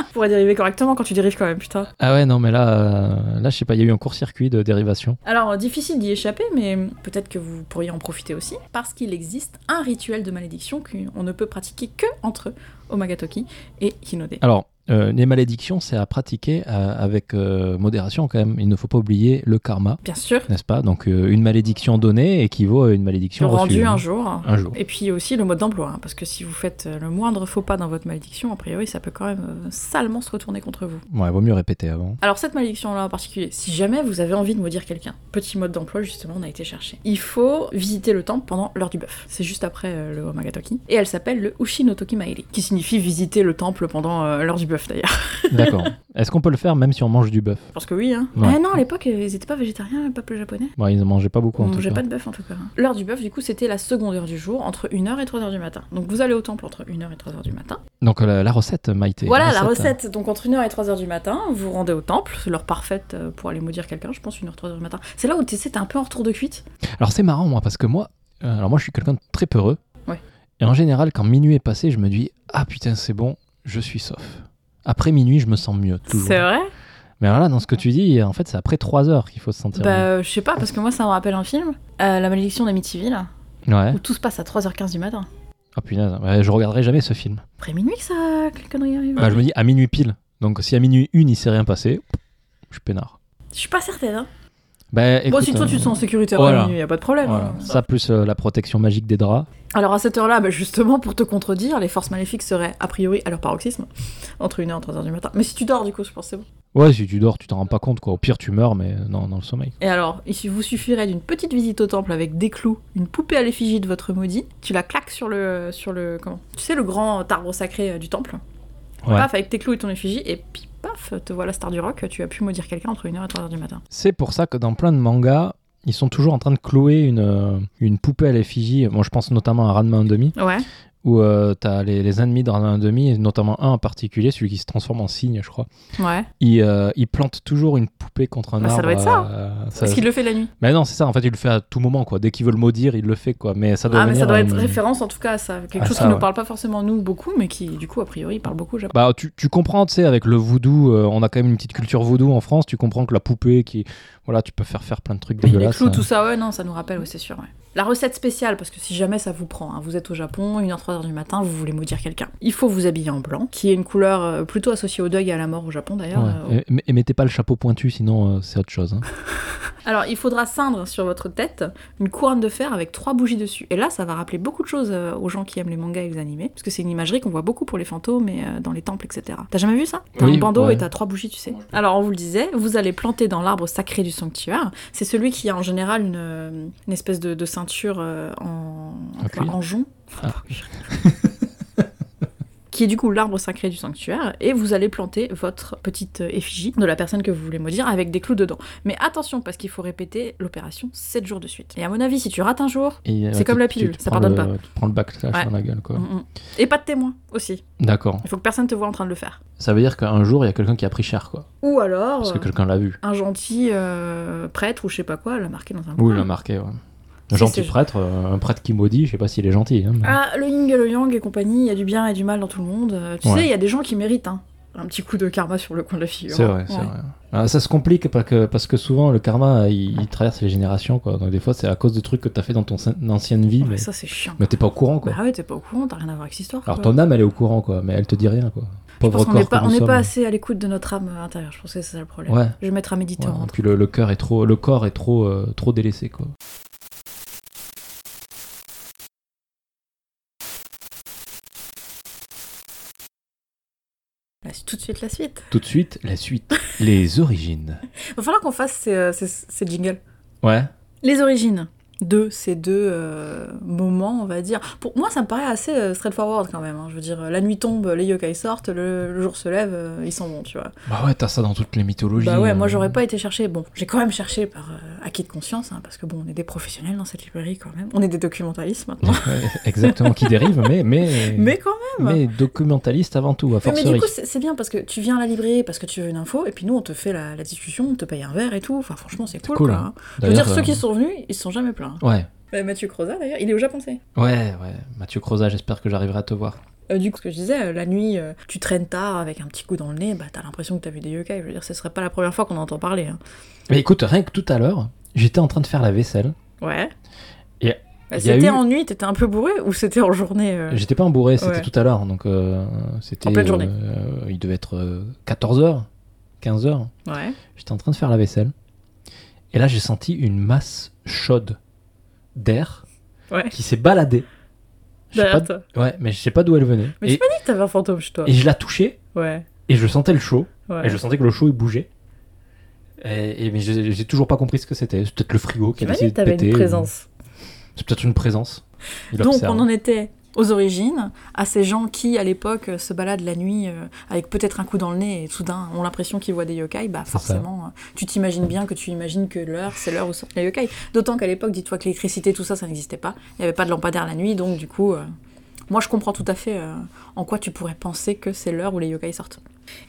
Speaker 1: On pourrait dériver correctement quand tu dérives quand même, putain.
Speaker 2: ah ouais, non, mais là, euh, là, je sais pas, il y a eu un court-circuit de dérivation.
Speaker 1: Alors, euh, difficile d'y échapper, mais peut-être que vous pourriez en profiter aussi, parce qu'il existe un rituel de malédiction qu'on ne peut pratiquer que entre Omagatoki et Hinode.
Speaker 2: Alors, euh, les malédictions, c'est à pratiquer euh, avec euh, modération quand même. Il ne faut pas oublier le karma,
Speaker 1: Bien sûr.
Speaker 2: n'est-ce pas Donc euh, une malédiction donnée équivaut à une malédiction
Speaker 1: rendu
Speaker 2: reçue. hein.
Speaker 1: un jour.
Speaker 2: Un jour.
Speaker 1: Et puis aussi le mode d'emploi, hein, parce que si vous faites euh, le moindre faux pas dans votre malédiction, a priori, ça peut quand même euh, salement se retourner contre vous.
Speaker 2: Ouais, vaut mieux répéter avant.
Speaker 1: Alors cette malédiction-là en particulier, si jamais vous avez envie de maudire quelqu'un, petit mode d'emploi justement, on a été chercher. Il faut visiter le temple pendant l'heure du bœuf. C'est juste après euh, le Omagatoki. Et elle s'appelle le Ushi no Toki Maeri, qui signifie visiter le temple pendant euh, l'heure du bœuf d'ailleurs.
Speaker 2: D'accord. Est-ce qu'on peut le faire même si on mange du bœuf
Speaker 1: Je pense que oui, hein.
Speaker 2: Ouais.
Speaker 1: Ah non, à l'époque, euh, ils étaient pas végétariens, le peuple japonais.
Speaker 2: Bon, ils ne mangeaient pas beaucoup en
Speaker 1: On
Speaker 2: tout
Speaker 1: mangeait
Speaker 2: cas.
Speaker 1: pas de bœuf en tout cas. hein. L'heure du bœuf, du coup, c'était la seconde heure du jour, entre 1h et 3h du matin. Donc vous allez au temple entre 1h et 3h du matin.
Speaker 2: Donc la, la recette, Maïté.
Speaker 1: Voilà la
Speaker 2: hein.
Speaker 1: recette. Donc entre 1h et 3h du matin, vous vous rendez au temple, c'est l'heure parfaite euh, pour aller maudire quelqu'un, je pense 1h 3h du matin. C'est là où tu sais, t'es un peu en retour de cuite.
Speaker 2: Alors c'est marrant moi parce que moi, euh, alors moi je suis quelqu'un de très peureux.
Speaker 1: Ouais.
Speaker 2: Et en général quand minuit est passé, je me dis ah putain c'est bon, je suis sauf. Après minuit, je me sens mieux toujours.
Speaker 1: C'est vrai
Speaker 2: Mais alors là, dans ce que tu dis, en fait, c'est après 3 heures qu'il faut se sentir.
Speaker 1: Bah euh, je sais pas parce que moi ça me rappelle un film, euh, La malédiction d'Amityville,
Speaker 2: mieux. Ouais.
Speaker 1: où tout se passe à 3h15 du matin.
Speaker 2: Ah punaise, ouais, je regarderai jamais ce film.
Speaker 1: Après minuit que ça que les conneries arrivent.
Speaker 2: Bah, je me dis à minuit pile. Donc si à minuit une, il s'est rien passé, je suis peinard.
Speaker 1: Je suis pas certaine. Hein.
Speaker 2: Bah,
Speaker 1: bon
Speaker 2: écoute,
Speaker 1: si toi
Speaker 2: euh,
Speaker 1: tu te sens en sécurité
Speaker 2: voilà.
Speaker 1: après minuit, y a pas de problème.
Speaker 2: voilà.
Speaker 1: hein.
Speaker 2: Ça plus euh, la protection magique des draps.
Speaker 1: Alors à cette heure-là, bah, justement, pour te contredire, les forces maléfiques seraient a priori à leur paroxysme, entre 1h et 3h du matin. Mais si tu dors, du coup, je pense que c'est bon.
Speaker 2: Ouais, si tu dors, tu t'en rends pas compte quoi. Au pire, tu meurs, mais non, dans le sommeil.
Speaker 1: Et alors, il vous suffirait d'une petite visite au temple avec des clous, une poupée à l'effigie de votre maudit, tu la claques sur le... Sur le comment Tu sais, le grand arbre sacré euh, du temple
Speaker 2: Ouais.
Speaker 1: Paf, avec tes clous et ton effigie, et puis paf, te voilà star du rock, tu as pu maudire quelqu'un entre 1h et 3h du matin.
Speaker 2: C'est pour ça que dans plein de mangas, ils sont toujours en train de clouer une, euh, une poupée à l'effigie. Moi, je pense notamment à Ranma 1,5,
Speaker 1: Ouais.
Speaker 2: où euh, t'as les, les ennemis de Ranma 1,5, et notamment un en particulier, celui qui se transforme en cygne, je crois.
Speaker 1: Ouais.
Speaker 2: Il, euh, il plante toujours une poupée contre un
Speaker 1: Bah, ça
Speaker 2: arbre.
Speaker 1: doit être ça.
Speaker 2: euh, ça-
Speaker 1: Est-ce qu'il le fait la nuit
Speaker 2: Mais non, c'est ça. En fait, il le fait à tout moment, quoi. Dès qu'il veut le maudire, il le fait, quoi. Mais ça doit
Speaker 1: Ah, mais ça
Speaker 2: venir,
Speaker 1: doit être
Speaker 2: euh,
Speaker 1: référence en tout cas à ça. Quelque
Speaker 2: à
Speaker 1: chose
Speaker 2: Ah, ça,
Speaker 1: qui ne
Speaker 2: ouais.
Speaker 1: parle pas forcément nous beaucoup, mais qui, du coup, a priori, parle beaucoup au Japon.
Speaker 2: Bah, tu, tu comprends, tu sais, avec le voodoo, euh, on a quand même une petite culture voodoo en France. Tu comprends que la poupée, qui, voilà, tu peux faire faire plein de trucs
Speaker 1: Oui, les
Speaker 2: dégueulasses.
Speaker 1: clous, tout
Speaker 2: hein.
Speaker 1: ça, ouais, non, ça nous rappelle, ouais, c'est sûr. ouais. La recette spéciale, parce que si jamais ça vous prend, hein, vous êtes au Japon, 1h, 3h du matin, vous voulez maudire quelqu'un. Il faut vous habiller en blanc, qui est une couleur euh, plutôt associée au deuil et à la mort au Japon d'ailleurs.
Speaker 2: Ouais.
Speaker 1: euh,
Speaker 2: Et- mais- Et mettez pas le chapeau pointu, sinon euh, c'est autre chose. hein.
Speaker 1: Alors, il faudra ceindre sur votre tête une couronne de fer avec trois bougies dessus. Et là, ça va rappeler beaucoup de choses euh, aux gens qui aiment les mangas et les animés, parce que c'est une imagerie qu'on voit beaucoup pour les fantômes et euh, dans les temples, etc. T'as jamais vu ça T'as
Speaker 2: Oui,
Speaker 1: un bandeau
Speaker 2: ouais.
Speaker 1: et t'as trois bougies, tu sais. Alors, on vous le disait, vous allez planter dans l'arbre sacré du sanctuaire. C'est celui qui a en général une, euh, une espèce de, de ceinture euh, en,
Speaker 2: En cuir.
Speaker 1: en jonc.
Speaker 2: Ah.
Speaker 1: qui est du coup l'arbre sacré du sanctuaire, et vous allez planter votre petite euh, effigie de la personne que vous voulez maudire avec des clous dedans. Mais attention, parce qu'il faut répéter l'opération 7 jours de suite. Et à mon avis, si tu rates un jour,
Speaker 2: Et, euh,
Speaker 1: C'est comme
Speaker 2: tu-
Speaker 1: la
Speaker 2: tu-
Speaker 1: pilule,
Speaker 2: tu
Speaker 1: ça
Speaker 2: prends
Speaker 1: pardonne
Speaker 2: le- Tu prends le backlash
Speaker 1: Ouais.
Speaker 2: dans la gueule, quoi.
Speaker 1: mm, mm. et pas de témoin aussi.
Speaker 2: D'accord.
Speaker 1: Il faut que personne te voit en train de le faire.
Speaker 2: Ça veut dire qu'un jour, il y a quelqu'un qui a pris cher, quoi.
Speaker 1: Ou alors,
Speaker 2: Parce que
Speaker 1: euh,
Speaker 2: quelqu'un l'a vu.
Speaker 1: un gentil euh, prêtre ou je sais pas quoi l'a marqué dans un
Speaker 2: Ou
Speaker 1: coin.
Speaker 2: il l'a marqué, ouais. Un
Speaker 1: Si,
Speaker 2: gentil
Speaker 1: c'est-
Speaker 2: prêtre, euh, un prêtre qui maudit, je sais pas s'il est gentil. hein, mais-
Speaker 1: Ah, le yin et le yang et compagnie, il y a du bien et du mal dans tout le monde. Euh, Tu
Speaker 2: Ouais.
Speaker 1: sais, il y a des gens qui méritent hein, un petit coup de karma sur le coin de la figure.
Speaker 2: C'est vrai, c'est
Speaker 1: Ouais.
Speaker 2: vrai. Ah, ça se complique parce que, parce que souvent le karma il, il traverse les générations quoi. Donc des fois c'est à cause de trucs que t'as fait dans ton sen- ancienne
Speaker 1: Ouais,
Speaker 2: vie, Oh, mais,
Speaker 1: Ah, Ça, c'est chiant.
Speaker 2: mais t'es pas au courant quoi.
Speaker 1: Bah ouais, t'es pas au courant, t'as rien à voir avec cette histoire.
Speaker 2: Alors
Speaker 1: quoi.
Speaker 2: ton âme elle est au courant quoi, mais elle te dit rien quoi.
Speaker 1: Je
Speaker 2: Pauvre
Speaker 1: pense qu'on n'est
Speaker 2: corps
Speaker 1: pas,
Speaker 2: que
Speaker 1: on
Speaker 2: nous
Speaker 1: n'est pas
Speaker 2: sommes.
Speaker 1: assez à l'écoute de notre âme intérieure. Je pense que c'est ça le problème.
Speaker 2: Ouais.
Speaker 1: Je vais mettre à méditer en
Speaker 2: Ouais, et
Speaker 1: rentrant.
Speaker 2: puis le, le cœur est trop, le corps est trop, euh, trop délaissé quoi.
Speaker 1: Bah, c'est tout de suite la suite.
Speaker 2: Tout de suite la suite, les origines.
Speaker 1: Va falloir qu'on fasse ces, euh, ces, ces jingles.
Speaker 2: Ouais.
Speaker 1: Les origines de ces deux euh, moments, on va dire. Pour moi, ça me paraît assez euh, straightforward quand même. hein. Je veux dire, euh, la nuit tombe, les yokai sortent, le, le jour se lève, euh, ils s'en vont, tu vois.
Speaker 2: Bah ouais, t'as ça dans toutes les mythologies.
Speaker 1: Bah ouais, moi
Speaker 2: euh.
Speaker 1: j'aurais pas été chercher. Bon, j'ai quand même cherché par euh, acquis de conscience, hein, parce que bon, on est des professionnels dans cette librairie quand même. On est des documentalistes maintenant.
Speaker 2: Ouais, Exactement, qui dérive, mais mais
Speaker 1: Mais quand même.
Speaker 2: mais documentaliste avant tout, à
Speaker 1: Oui, mais
Speaker 2: forcerie.
Speaker 1: du coup, c'est c'est bien parce que tu viens à la librairie parce que tu veux une info, et puis nous, on te fait la, la discussion, on te paye un verre et tout. Enfin, franchement, c'est cool.
Speaker 2: cool,
Speaker 1: quoi,
Speaker 2: hein.
Speaker 1: hein. Je veux dire,
Speaker 2: D'ailleurs,
Speaker 1: ceux qui
Speaker 2: euh,
Speaker 1: sont venus, ils se sont jamais plaints.
Speaker 2: Ouais,
Speaker 1: Bah, Mathieu Croza, d'ailleurs, il est au Japon, c'est.
Speaker 2: ouais, ouais. Mathieu Croza, j'espère que j'arriverai à te voir.
Speaker 1: Euh, du coup, ce que je disais, euh, la nuit, euh, tu traînes tard avec un petit coup dans le nez, bah t'as l'impression que t'as vu des yokai. Je veux dire, ce serait pas la première fois qu'on en entend parler. hein.
Speaker 2: Mais écoute, rien que tout à l'heure, j'étais en train de faire la vaisselle
Speaker 1: Ouais.
Speaker 2: et Il y a
Speaker 1: Bah, C'était
Speaker 2: eu-
Speaker 1: en nuit, t'étais un peu bourré ou c'était en journée euh,
Speaker 2: J'étais pas embourré, c'était
Speaker 1: Ouais.
Speaker 2: tout à l'heure, donc euh, c'était.
Speaker 1: En pleine journée.
Speaker 2: euh, il devait être 14h, 15h.
Speaker 1: Ouais.
Speaker 2: J'étais en train de faire la vaisselle. Et là, j'ai senti une masse chaude d'air
Speaker 1: Ouais.
Speaker 2: qui s'est baladée. Je sais
Speaker 1: Derrière
Speaker 2: pas-
Speaker 1: toi.
Speaker 2: Ouais, mais je sais pas d'où elle venait.
Speaker 1: Mais
Speaker 2: et,
Speaker 1: tu m'as dit que t'avais un fantôme chez toi.
Speaker 2: et je la touchais,
Speaker 1: Ouais.
Speaker 2: et je sentais le chaud,
Speaker 1: Ouais.
Speaker 2: et je sentais que le chaud il bougeait. Et, et- mais j'ai j'ai toujours pas compris ce que c'était. C'est peut-être le frigo qui
Speaker 1: Tu
Speaker 2: a
Speaker 1: m'as dit
Speaker 2: décidé
Speaker 1: que
Speaker 2: de
Speaker 1: t'avais
Speaker 2: péter.
Speaker 1: une
Speaker 2: ou-
Speaker 1: présence.
Speaker 2: C'est peut-être une présence. Il
Speaker 1: Donc
Speaker 2: observe.
Speaker 1: on en était aux origines, à ces gens qui, à l'époque, euh, se baladent la nuit euh, avec peut-être un coup dans le nez et soudain ont l'impression qu'ils voient des yokai, bah
Speaker 2: C'est ça.
Speaker 1: forcément, euh, tu t'imagines bien que tu imagines que l'heure, c'est l'heure où sortent les yokai. D'autant qu'à l'époque, dis-toi que l'électricité, tout ça, ça n'existait pas. Il n'y avait pas de lampadaire la nuit, donc du coup, euh, moi je comprends tout à fait euh, en quoi tu pourrais penser que c'est l'heure où les yokai sortent.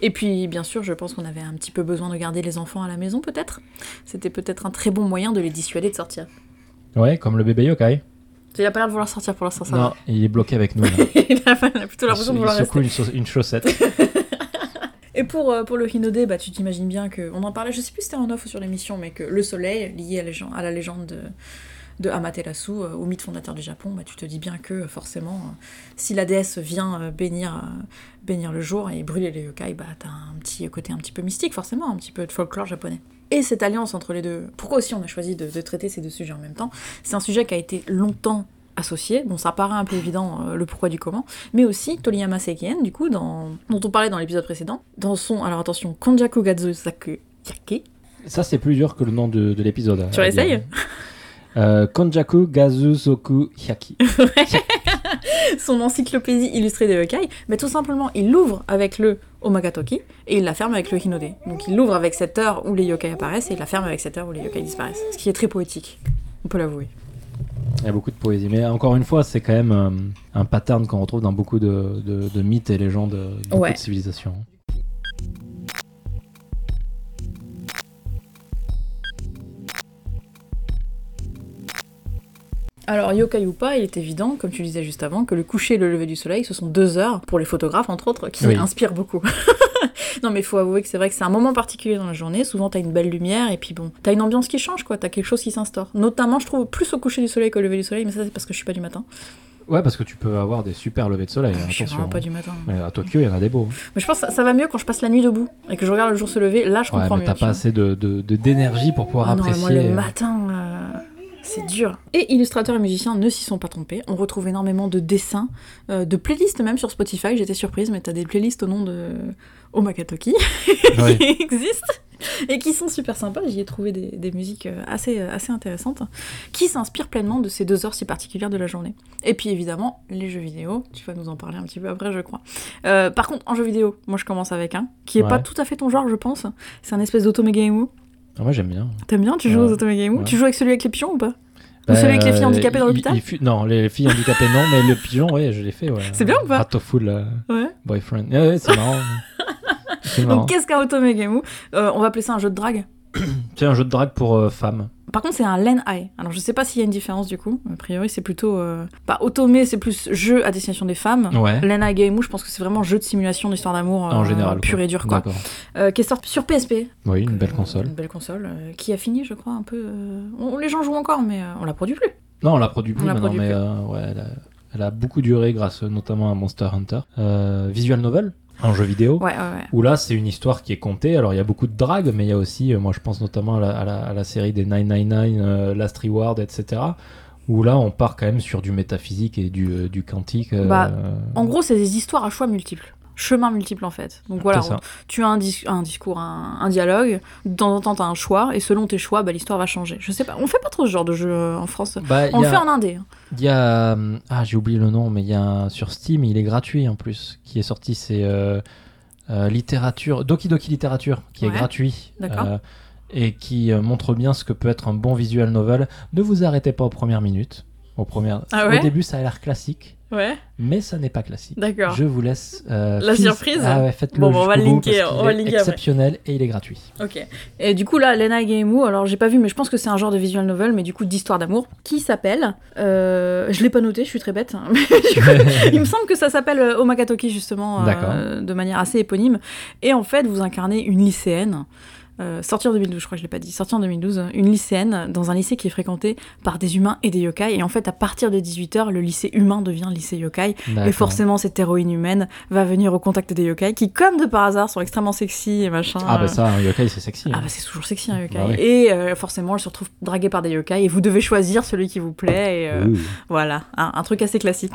Speaker 1: Et puis, bien sûr, je pense qu'on avait un petit peu besoin de garder les enfants à la maison, peut-être. C'était peut-être un très bon moyen de les dissuader de sortir.
Speaker 2: Ouais, comme le bébé yokai.
Speaker 1: Il a pas l'air de vouloir sortir pour l'instant, ça va.
Speaker 2: Non, il est bloqué avec nous. là.
Speaker 1: il a il a plutôt
Speaker 2: il
Speaker 1: l'impression de vouloir
Speaker 2: secoue
Speaker 1: rester.
Speaker 2: une, sau- une chaussette.
Speaker 1: Et pour, euh, pour le Hinode, bah, tu t'imagines bien que on en parlait, je sais plus si c'était en off ou sur l'émission, mais que le soleil, lié à, légen- à la légende de, de Amaterasu, euh, au mythe fondateur du Japon, bah, tu te dis bien que euh, forcément, euh, si la déesse vient euh, bénir, euh, bénir le jour et brûler les yokai, bah, t'as un petit côté un petit peu mystique, forcément, un petit peu de folklore japonais. Et cette alliance entre les deux, pourquoi aussi on a choisi de, de traiter ces deux sujets en même temps C'est un sujet qui a été longtemps associé, bon ça paraît un peu évident euh, le pourquoi du comment, mais aussi Toriyama Seikien, du coup, dans, dont on parlait dans l'épisode précédent, dans son, alors attention, Konjaku Gatsu Saku Yake.
Speaker 2: Ça, c'est plus dur que le nom de, de l'épisode.
Speaker 1: Tu
Speaker 2: à dire.
Speaker 1: réessayes
Speaker 2: Euh, Konjaku Gazu Soku Hyaki.
Speaker 1: son encyclopédie illustrée des yokai, mais tout simplement, il l'ouvre avec le Omagatoki et il la ferme avec le Hinode. Donc il l'ouvre avec cette heure où les yokai apparaissent et il la ferme avec cette heure où les yokai disparaissent, ce qui est très poétique, on peut l'avouer.
Speaker 2: Il y a beaucoup de poésie. Mais encore une fois, c'est quand même euh, un pattern qu'on retrouve dans beaucoup de, de- de mythes et légendes de beaucoup
Speaker 1: Ouais.
Speaker 2: de civilisations.
Speaker 1: Alors, yokai ou pas, il est évident, comme tu le disais juste avant, que le coucher et le lever du soleil, ce sont deux heures, pour les photographes entre autres, qui
Speaker 2: Oui.
Speaker 1: inspirent beaucoup. non, mais il faut avouer que c'est vrai que c'est un moment particulier dans la journée. Souvent, t'as une belle lumière, et puis bon, t'as une ambiance qui change, quoi. T'as quelque chose qui s'instaure. Notamment, je trouve, plus au coucher du soleil qu'au lever du soleil, mais ça, c'est parce que je suis pas du matin.
Speaker 2: Ouais, parce que tu peux avoir des super levées de soleil.
Speaker 1: Ah, je suis
Speaker 2: attention. hein.
Speaker 1: vraiment pas du matin.
Speaker 2: Mais à Tokyo, il y en a des beaux.
Speaker 1: Mais je pense que ça, ça va mieux quand je passe la nuit debout, et que je regarde le jour se lever. Là, je
Speaker 2: Ouais,
Speaker 1: comprends
Speaker 2: mais
Speaker 1: mieux.
Speaker 2: t'as
Speaker 1: tu
Speaker 2: pas
Speaker 1: vois.
Speaker 2: assez d'énergie de, de- d'énergie pour pouvoir
Speaker 1: Ah non, mais
Speaker 2: apprécier.
Speaker 1: moi, le matin, euh, c'est dur. Et illustrateurs et musiciens ne s'y sont pas trompés. On retrouve énormément de dessins, euh, de playlists même sur Spotify. J'étais surprise, mais t'as des playlists au nom de Omakatoki
Speaker 2: Ouais.
Speaker 1: qui existent et qui sont super sympas. J'y ai trouvé des, des musiques euh, assez, euh, assez intéressantes qui s'inspirent pleinement de ces deux heures si particulières de la journée. Et puis évidemment, les jeux vidéo. Tu vas nous en parler un petit peu après, je crois. Euh, par contre, en jeu vidéo, moi je commence avec un qui est pas
Speaker 2: Ouais.
Speaker 1: tout à fait ton genre, je pense. C'est un espèce d'automégamu.
Speaker 2: Ah, moi, j'aime bien.
Speaker 1: T'aimes bien, tu joues
Speaker 2: Ouais.
Speaker 1: aux automégames
Speaker 2: Ouais.
Speaker 1: Tu joues avec celui avec les pigeons ou pas Ou celui avec les filles
Speaker 2: Euh,
Speaker 1: handicapées dans
Speaker 2: il-
Speaker 1: l'hôpital
Speaker 2: il fut- Non, les filles handicapées, non, mais le pigeon, ouais, je l'ai fait. Ouais.
Speaker 1: C'est bien ou pas
Speaker 2: Ratoful euh,
Speaker 1: Ouais.
Speaker 2: Boyfriend. Ah Ouais, ouais, c'est marrant. c'est marrant.
Speaker 1: Donc qu'est-ce qu'un automégamu Euh, On va appeler ça un jeu de drague.
Speaker 2: C'est un jeu de drague pour euh, femmes.
Speaker 1: Par contre, c'est un len eye. Alors je sais pas s'il y a une différence du coup. A priori, c'est plutôt. Euh... Bah, automé, c'est plus jeu à destination des femmes.
Speaker 2: Ouais.
Speaker 1: Len Eye Game, je pense que c'est vraiment jeu de simulation d'histoire d'amour
Speaker 2: En
Speaker 1: euh,
Speaker 2: général,
Speaker 1: pur et dur quoi.
Speaker 2: D'accord.
Speaker 1: Euh, qui est sorti sur PSP.
Speaker 2: Oui, une belle
Speaker 1: Euh,
Speaker 2: console.
Speaker 1: Une belle console euh, qui a fini, je crois, un peu. euh, on- les gens jouent encore, mais euh, on la produit plus.
Speaker 2: Non, on la produit plus
Speaker 1: On la
Speaker 2: maintenant,
Speaker 1: produit
Speaker 2: mais
Speaker 1: plus.
Speaker 2: euh, ouais, elle, a, elle a beaucoup duré grâce euh, notamment à Monster Hunter. Euh, Visual Novel, un jeu vidéo.
Speaker 1: Ouais, ouais, ouais.
Speaker 2: Où là, c'est une histoire qui est contée. Alors, il y a beaucoup de drague, mais il y a aussi, euh, moi, je pense notamment à la, à la- à la série des 999, euh, Last Reward, etc. Où là, on part quand même sur du métaphysique et du, euh, du quantique. euh,
Speaker 1: Bah, En gros, c'est des histoires à choix multiples. Chemins multiples en fait. Donc voilà,
Speaker 2: c'est ça.
Speaker 1: tu as un, dis- un discours, un, un dialogue, de temps en temps tu as un choix, et selon tes choix, bah, l'histoire va changer. Je sais pas, on fait pas trop ce genre de jeu euh, en France.
Speaker 2: Bah, il
Speaker 1: On
Speaker 2: y
Speaker 1: le
Speaker 2: a-
Speaker 1: fait en indé. hein.
Speaker 2: Il y a. euh, Ah, j'ai oublié le nom, mais il y a un- sur Steam, il est gratuit en plus, qui est sorti. C'est euh, euh, Littérature. Doki Doki Littérature, qui
Speaker 1: Ouais.
Speaker 2: est gratuit.
Speaker 1: D'accord.
Speaker 2: euh, et qui euh, montre bien ce que peut être un bon visual novel. Ne vous arrêtez pas aux premières minutes. Aux premières...
Speaker 1: Ah ouais
Speaker 2: Au début, ça a l'air classique,
Speaker 1: Ouais,
Speaker 2: mais ça n'est pas classique.
Speaker 1: d'accord.
Speaker 2: Je vous laisse. euh,
Speaker 1: La
Speaker 2: fils-
Speaker 1: surprise
Speaker 2: Ah ouais, faites-le.
Speaker 1: Bon, bon, on
Speaker 2: jusqu'au
Speaker 1: va le
Speaker 2: bout,
Speaker 1: linker,
Speaker 2: parce qu'il
Speaker 1: on va
Speaker 2: est
Speaker 1: le linker après.
Speaker 2: exceptionnel et il est gratuit.
Speaker 1: Ok. Et du coup, là, Lena Gaemu, alors j'ai pas vu, mais je pense que c'est un genre de visual novel, mais du coup d'histoire d'amour, qui s'appelle. euh, je l'ai pas noté, je suis très bête. hein, mais je- Il me semble que ça s'appelle euh, Omakatoki, justement, euh,
Speaker 2: D'accord.
Speaker 1: de manière assez éponyme. Et en fait, vous incarnez une lycéenne. euh, sorti en 2012, je crois que je l'ai pas dit, sorti en 2012, une lycéenne dans un lycée qui est fréquenté par des humains et des yokai. Et en fait, à partir de 18h, le lycée humain devient lycée yokai. Et
Speaker 2: D'accord.
Speaker 1: forcément, cette héroïne humaine va venir au contact des yokai qui, comme de par hasard, sont extrêmement sexy et machin.
Speaker 2: Ah bah ça, un yokai c'est sexy.
Speaker 1: Ah
Speaker 2: hein.
Speaker 1: bah c'est toujours sexy un yokai.
Speaker 2: Bah ouais.
Speaker 1: Et euh, forcément, elle se retrouve draguée par des yokai et vous devez choisir celui qui vous plaît. Et, euh,
Speaker 2: Ouh.
Speaker 1: voilà, un, un truc assez classique.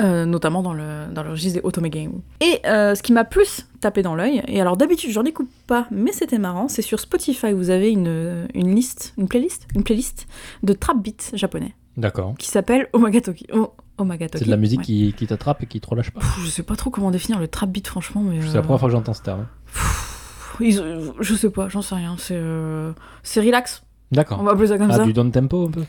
Speaker 1: Euh, notamment dans le, dans le registre des Otome Game. Et euh, ce qui m'a plus tapé dans l'œil, et alors d'habitude j'en découpe pas, mais c'était marrant, c'est sur Spotify, vous avez une, une liste, une playlist, une playlist de trap beat japonais
Speaker 2: D'accord.
Speaker 1: qui s'appelle Omagatoki. O- Omagatoki.
Speaker 2: C'est de la musique
Speaker 1: ouais. Euh,
Speaker 2: qui, qui t'attrape et qui te relâche pas.
Speaker 1: Pff, Je sais pas trop comment définir le trap beat franchement, mais.
Speaker 2: C'est
Speaker 1: euh,
Speaker 2: la première fois que j'entends ce terme.
Speaker 1: pff, ils- euh, je sais pas, j'en sais rien, c'est euh, c'est relax, on
Speaker 2: D'accord.
Speaker 1: va appeler ça comme
Speaker 2: Ah,
Speaker 1: ça.
Speaker 2: du down tempo un peu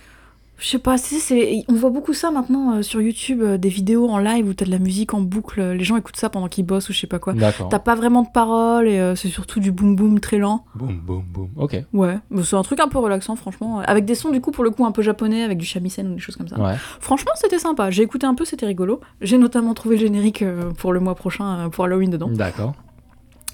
Speaker 1: Je sais pas, c'est, c'est- on voit beaucoup ça maintenant euh, sur YouTube, euh, des vidéos en live où t'as de la musique en boucle, euh, les gens écoutent ça pendant qu'ils bossent ou je sais pas quoi.
Speaker 2: D'accord.
Speaker 1: T'as pas vraiment de paroles et euh, c'est surtout du boom boom très lent.
Speaker 2: Boum, boum, boum. Ok. Ouais.
Speaker 1: Ouais, mais c'est un truc un peu relaxant franchement, euh, avec des sons du coup pour le coup un peu japonais, avec du shamisen ou des choses comme ça. Franchement c'était sympa, j'ai écouté un peu, c'était rigolo. J'ai notamment trouvé le générique euh, pour le mois prochain, euh, pour Halloween dedans.
Speaker 2: D'accord.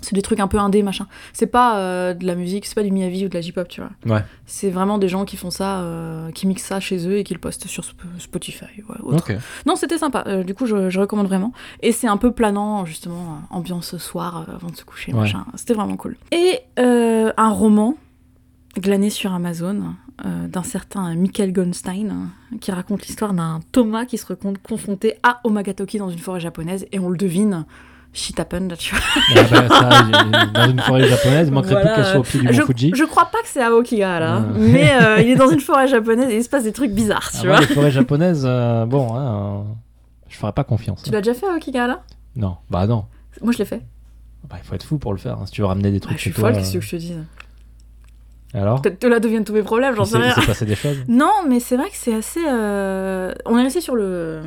Speaker 1: C'est des trucs un peu indé, machin. C'est pas euh, de la musique, c'est pas du Miyavi ou de la J-pop, tu vois.
Speaker 2: Ouais.
Speaker 1: C'est vraiment des gens qui font ça, euh, qui mixent ça chez eux et qui le postent sur Sp- Spotify. ouais, autre.
Speaker 2: Ok.
Speaker 1: Non, c'était sympa. Euh, du coup, je, je recommande vraiment. Et c'est un peu planant, justement, euh, ambiance soir euh, avant de se coucher,
Speaker 2: Ouais.
Speaker 1: machin. C'était vraiment cool. Et euh, un roman glané sur Amazon euh, d'un certain Michael Gonstein hein, qui raconte l'histoire d'un Thomas qui se rencontre confronté à Omagatoki dans une forêt japonaise et on le devine. Shit happened, tu vois.
Speaker 2: Ah bah, ça, j'ai- dans une forêt japonaise, il manquerait
Speaker 1: Voilà.
Speaker 2: plus qu'elle soit au pied du mont
Speaker 1: je,
Speaker 2: Fuji.
Speaker 1: je crois pas que c'est à Okiga là,
Speaker 2: Ouais.
Speaker 1: mais euh, il est dans une forêt japonaise et il se passe des trucs bizarres,
Speaker 2: Ah
Speaker 1: tu
Speaker 2: ouais,
Speaker 1: vois.
Speaker 2: les forêts japonaises, euh, bon, hein, euh, je ferais pas confiance.
Speaker 1: Tu
Speaker 2: hein.
Speaker 1: l'as déjà fait à Okiga là
Speaker 2: Non, bah non.
Speaker 1: Moi je l'ai fait.
Speaker 2: Bah, il faut être fou pour le faire. hein, Si tu veux ramener des
Speaker 1: Bah,
Speaker 2: trucs
Speaker 1: je suis
Speaker 2: chez toi.
Speaker 1: folle,
Speaker 2: euh,
Speaker 1: qu'est-ce que je te dis
Speaker 2: Alors
Speaker 1: Peut-être que là deviennent tous mes problèmes, j'en
Speaker 2: Il
Speaker 1: sais
Speaker 2: s'est
Speaker 1: rien.
Speaker 2: il s'est passé des choses
Speaker 1: Non, mais c'est vrai que c'est assez. euh, On est resté sur le.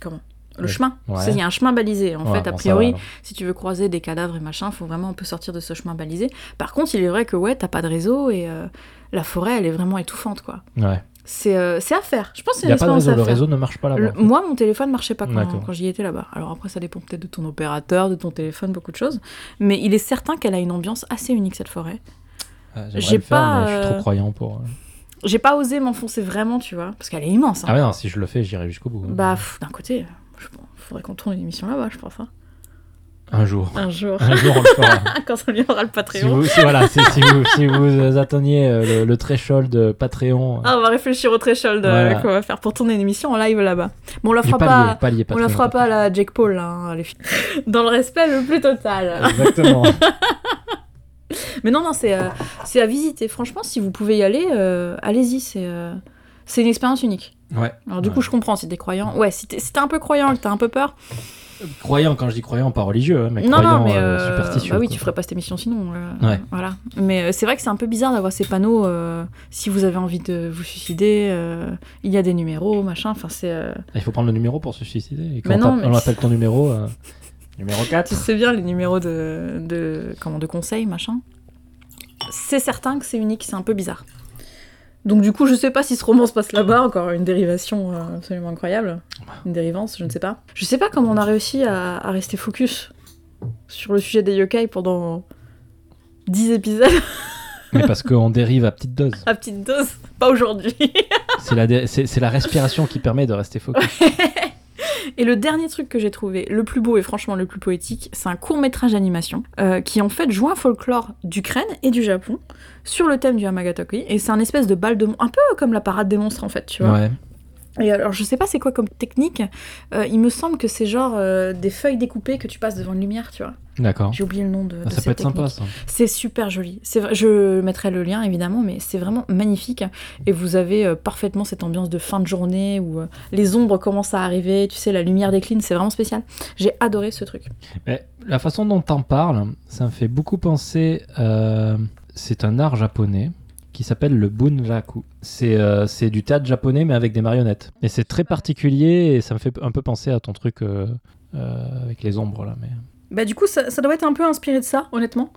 Speaker 1: Comment le
Speaker 2: Le-
Speaker 1: chemin.
Speaker 2: ouais.
Speaker 1: C'est- Il y a un chemin balisé. En
Speaker 2: Ouais,
Speaker 1: fait, a
Speaker 2: bon, ça
Speaker 1: priori,
Speaker 2: va, alors.
Speaker 1: si tu veux croiser des cadavres et machin, faut vraiment un peu sortir de ce chemin balisé. Par contre, il est vrai que ouais, t'as pas de réseau et euh, la forêt, elle est vraiment étouffante, quoi.
Speaker 2: Ouais.
Speaker 1: C'est euh, c'est à faire. Je pense que c'est
Speaker 2: Il
Speaker 1: une
Speaker 2: n'y a pas de
Speaker 1: expérience
Speaker 2: réseau.
Speaker 1: à
Speaker 2: Le
Speaker 1: faire.
Speaker 2: réseau ne marche pas
Speaker 1: Le-
Speaker 2: là-bas. en fait.
Speaker 1: moi, mon téléphone marchait pas quand,
Speaker 2: D'accord.
Speaker 1: quand j'y étais là-bas. Alors après, ça dépend peut-être de ton opérateur, de ton téléphone, beaucoup de choses. Mais il est certain qu'elle a une ambiance assez unique, cette forêt.
Speaker 2: Ah, J'aimerais
Speaker 1: j'ai
Speaker 2: le faire,
Speaker 1: pas,
Speaker 2: mais je suis
Speaker 1: euh,
Speaker 2: trop croyant pour. euh.
Speaker 1: J'ai pas osé m'enfoncer vraiment, tu vois, parce qu'elle est immense. hein.
Speaker 2: Ah ouais, non, si je le fais, j'irai jusqu'au bout. hein.
Speaker 1: Bah, pff, d'un côté, je pense, faudrait qu'on tourne une émission là-bas, je pense. hein.
Speaker 2: Un jour.
Speaker 1: Un jour,
Speaker 2: Un jour, on le fera.
Speaker 1: quand on lui aura le
Speaker 2: Si
Speaker 1: Patreon.
Speaker 2: vous, si- voilà, si, si vous, si vous atteignez euh, le, le threshold euh, Patreon, euh,
Speaker 1: Ah, on va réfléchir au threshold euh,
Speaker 2: Voilà.
Speaker 1: qu'on va faire pour tourner une émission en live là-bas. Bon, on la
Speaker 2: du
Speaker 1: fera
Speaker 2: palier,
Speaker 1: pas.
Speaker 2: palier
Speaker 1: On la
Speaker 2: Patreon,
Speaker 1: fera pas à la Jake Paul, là, hein, les filles. Dans le respect le plus total.
Speaker 2: Exactement.
Speaker 1: Mais non, non, c'est euh, c'est à visiter. Franchement, si vous pouvez y aller, euh, allez-y. C'est euh, c'est une expérience unique.
Speaker 2: Ouais.
Speaker 1: Alors, du coup, je comprends si t'es croyant. Ouais, si t'es si t'es un peu croyant, que t'as un peu peur.
Speaker 2: Croyant, quand je dis croyant, pas religieux, hein, mais
Speaker 1: non,
Speaker 2: croyant
Speaker 1: non, mais.
Speaker 2: euh,
Speaker 1: euh,
Speaker 2: superstitieux.
Speaker 1: bah oui,
Speaker 2: quoi.
Speaker 1: tu ferais pas cette émission sinon. euh,
Speaker 2: Ouais.
Speaker 1: Voilà. Mais euh, c'est vrai que c'est un peu bizarre d'avoir ces panneaux. euh, si vous avez envie de vous suicider, euh, il y a des numéros, machin. Enfin, c'est. euh,
Speaker 2: Ah, Il faut prendre le numéro pour se suicider. Et quand
Speaker 1: Mais
Speaker 2: on,
Speaker 1: non,
Speaker 2: tape-
Speaker 1: mais-
Speaker 2: on appelle ton numéro, euh, numéro 4.
Speaker 1: Tu sais bien les numéros de, de, comment, de conseils, machin. C'est certain que c'est unique, c'est un peu bizarre. Donc du coup, je sais pas si ce roman se passe là-bas, encore une dérivation euh, absolument incroyable. Une dérivance, je ne sais pas. Je sais pas comment on a réussi à, à rester focus sur le sujet des yokai pendant 10 épisodes
Speaker 2: Mais parce qu'on dérive à petite dose.
Speaker 1: à petite dose. Pas aujourd'hui.
Speaker 2: C'est la, dé- c'est- c'est la respiration qui permet de rester
Speaker 1: Ah,
Speaker 2: focus.
Speaker 1: Et le dernier truc que j'ai trouvé, le plus beau et franchement le plus poétique, c'est un court métrage d'animation euh, qui en fait joint folklore d'Ukraine et du Japon sur le thème du Hamagatoki. Et c'est un espèce de balle de mon- un peu comme la parade des monstres en fait, tu vois.
Speaker 2: Ouais.
Speaker 1: Et alors je sais pas c'est quoi comme technique. euh, il me semble que c'est genre euh, des feuilles découpées que tu passes devant une lumière, tu vois.
Speaker 2: D'accord.
Speaker 1: J'ai oublié le nom de, de
Speaker 2: Ah, ça
Speaker 1: cette
Speaker 2: peut être sympa,
Speaker 1: technique.
Speaker 2: ça.
Speaker 1: C'est super joli. C'est vrai- je mettrai le lien évidemment, mais c'est vraiment magnifique. Et vous avez euh, parfaitement cette ambiance de fin de journée où euh, les ombres commencent à arriver, tu sais, la lumière décline, c'est vraiment spécial. J'ai adoré ce truc.
Speaker 2: Mais la façon dont t'en parles, ça me fait beaucoup penser. euh, c'est un art japonais qui s'appelle le bunraku. C'est euh, c'est du théâtre japonais mais avec des marionnettes. Et c'est très particulier et ça me fait un peu penser à ton truc euh, euh, avec les ombres là. Mais
Speaker 1: Bah du coup, ça, ça doit être un peu inspiré de ça, honnêtement.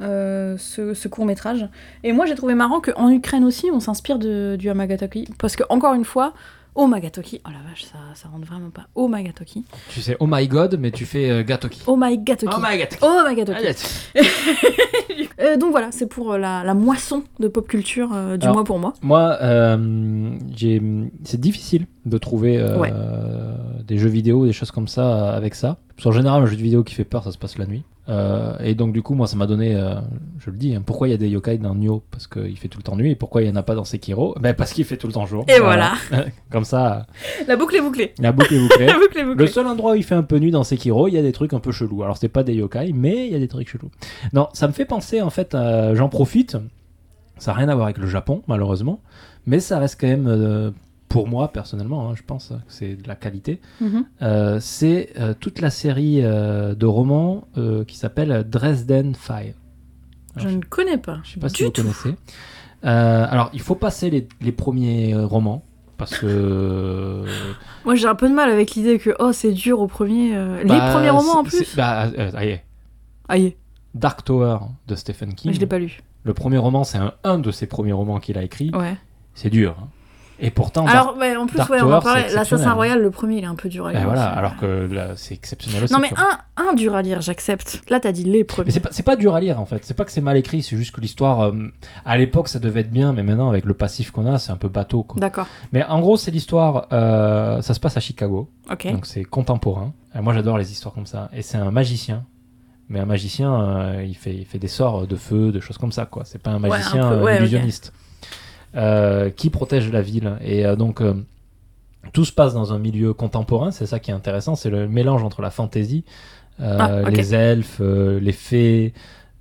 Speaker 1: euh, ce, court métrage. Et moi j'ai trouvé marrant qu'en Ukraine aussi on s'inspire de- du Hamagatoki. Parce que encore une fois, Omagatoki. Oh la vache, ça, ça rentre vraiment pas. Omagatoki.
Speaker 2: Tu sais, oh my god, mais tu fais euh, Gatoki.
Speaker 1: Omagatoki.
Speaker 2: Oh my god.
Speaker 1: Omagatoki. Euh, donc voilà, c'est pour euh, la, la moisson de pop culture euh, du
Speaker 2: Alors,
Speaker 1: mois pour moi.
Speaker 2: Moi, euh, j'ai- c'est difficile de trouver euh,
Speaker 1: Ouais.
Speaker 2: des jeux vidéo, des choses comme ça euh, avec ça. Parce qu'en général, un jeu de vidéo qui fait peur, ça se passe la nuit. Euh, et donc, du coup, moi, ça m'a donné, euh, je le dis, hein, pourquoi il y a des yokai dans Nioh Parce qu'il fait tout le temps nuit. Et pourquoi il n'y en a pas dans Sekiro ben, Parce qu'il fait tout le temps jour.
Speaker 1: Et voilà.
Speaker 2: comme ça,
Speaker 1: La boucle est bouclée.
Speaker 2: la boucle est bouclée.
Speaker 1: La boucle est
Speaker 2: Le
Speaker 1: bouclée.
Speaker 2: seul endroit où il fait un peu nu dans Sekiro, il y a des trucs un peu chelous. Alors c'est pas des yokai, mais il y a des trucs chelous. Non, ça me fait penser en fait, à- j'en profite. Ça n'a rien à voir avec le Japon malheureusement, mais ça reste quand même, euh, pour moi personnellement, hein, je pense hein, que c'est de la qualité.
Speaker 1: Mhm.
Speaker 2: Euh, c'est euh, toute la série euh, de romans euh, qui s'appelle Dresden Files.
Speaker 1: Je ne connais pas.
Speaker 2: Ah, Je sais pas si
Speaker 1: du
Speaker 2: vous
Speaker 1: tout.
Speaker 2: connaissez. Euh, alors il faut passer les, les premiers euh, romans parce que
Speaker 1: Moi j'ai un peu de mal avec l'idée que oh c'est dur au premier. euh,
Speaker 2: Bah,
Speaker 1: les premiers romans en
Speaker 2: c'est-
Speaker 1: plus. Ah,
Speaker 2: c'est- bah, euh, allez,
Speaker 1: Aïe,
Speaker 2: Dark Tower de Stephen King.
Speaker 1: je l'ai pas lu.
Speaker 2: Le premier roman, c'est un, un de ses premiers romans qu'il a écrit.
Speaker 1: Ouais.
Speaker 2: C'est dur. hein. Et pourtant, Dark-
Speaker 1: Oh. Alors ouais, en plus
Speaker 2: Dark
Speaker 1: ouais, on
Speaker 2: Tower,
Speaker 1: va
Speaker 2: c'est
Speaker 1: parler. L'Assassin
Speaker 2: exceptionnel.
Speaker 1: Royal, le premier, il est un peu dur à
Speaker 2: Ben
Speaker 1: lire.
Speaker 2: voilà,
Speaker 1: aussi.
Speaker 2: alors que là, c'est exceptionnel. aussi,
Speaker 1: Non mais
Speaker 2: tu vois.
Speaker 1: un, un dur à lire, j'accepte. Là t'as dit les
Speaker 2: Mais
Speaker 1: premiers.
Speaker 2: c'est pas, c'est pas dur à lire en fait. C'est pas que c'est mal écrit, c'est juste que l'histoire, euh, à l'époque, ça devait être bien, mais maintenant, avec le passif qu'on a, c'est un peu bateau. quoi.
Speaker 1: D'accord.
Speaker 2: Mais en gros, c'est l'histoire. euh, ça se passe à Chicago,
Speaker 1: Ok.
Speaker 2: donc c'est contemporain. Euh, moi, j'adore les histoires comme ça. Et c'est un magicien. Mais un magicien, euh, il, fait, il fait des sorts de feu, de choses comme ça, quoi. C'est pas un
Speaker 1: un
Speaker 2: magicien
Speaker 1: peu,
Speaker 2: euh,
Speaker 1: ouais, ok.
Speaker 2: illusionniste. Euh, qui protège la ville. Et euh, donc, euh, tout se passe dans un milieu contemporain, c'est ça qui est intéressant, c'est le mélange entre la fantaisie, euh,
Speaker 1: Ah, ok.
Speaker 2: les elfes, euh, les fées.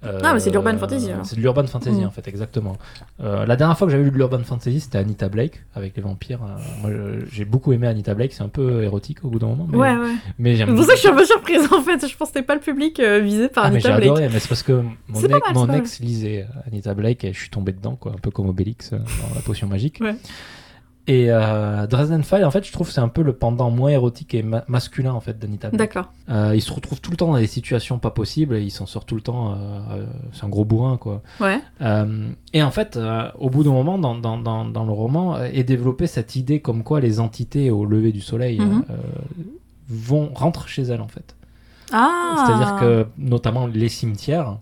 Speaker 2: euh,
Speaker 1: Ah, mais c'est de l'urban fantasy, alors.
Speaker 2: C'est de l'urban fantasy
Speaker 1: Mm.
Speaker 2: en fait, exactement. Euh, la dernière fois que j'avais lu de l'urban fantasy, c'était Anita Blake avec les vampires. Euh, moi, je- j'ai beaucoup aimé Anita Blake, c'est un peu érotique au bout d'un moment, mais, Ah,
Speaker 1: Ouais ouais.
Speaker 2: mais j'aime
Speaker 1: C'est pour ça que je suis un peu surprise en fait. Je pense que c'était pas le public euh, visé par
Speaker 2: ah, mais j'ai
Speaker 1: Anita Blake.
Speaker 2: adoré, mais c'est parce que mon,
Speaker 1: C'est pas
Speaker 2: ex,
Speaker 1: mal,
Speaker 2: mon
Speaker 1: c'est pas
Speaker 2: ex lisait euh, Anita Blake et je suis tombé dedans, quoi, un peu comme Obélix euh, dans la potion magique.
Speaker 1: Ouais.
Speaker 2: Et euh, Dresden Files, en fait, je trouve que c'est un peu le pendant moins érotique et ma- masculin en fait d'Anita Blake.
Speaker 1: D'accord.
Speaker 2: Euh, il se retrouve tout le temps dans des situations pas possibles et il s'en sort tout le temps. euh, euh, c'est un gros bourrin, quoi.
Speaker 1: Ouais.
Speaker 2: Euh, et en fait, euh, au bout d'un moment, dans, dans, dans, dans le roman, euh, est développée cette idée comme quoi les entités au lever du soleil
Speaker 1: Mhm.
Speaker 2: euh, vont rentrent chez elles, en fait.
Speaker 1: Ah.
Speaker 2: C'est-à-dire que, notamment les cimetières,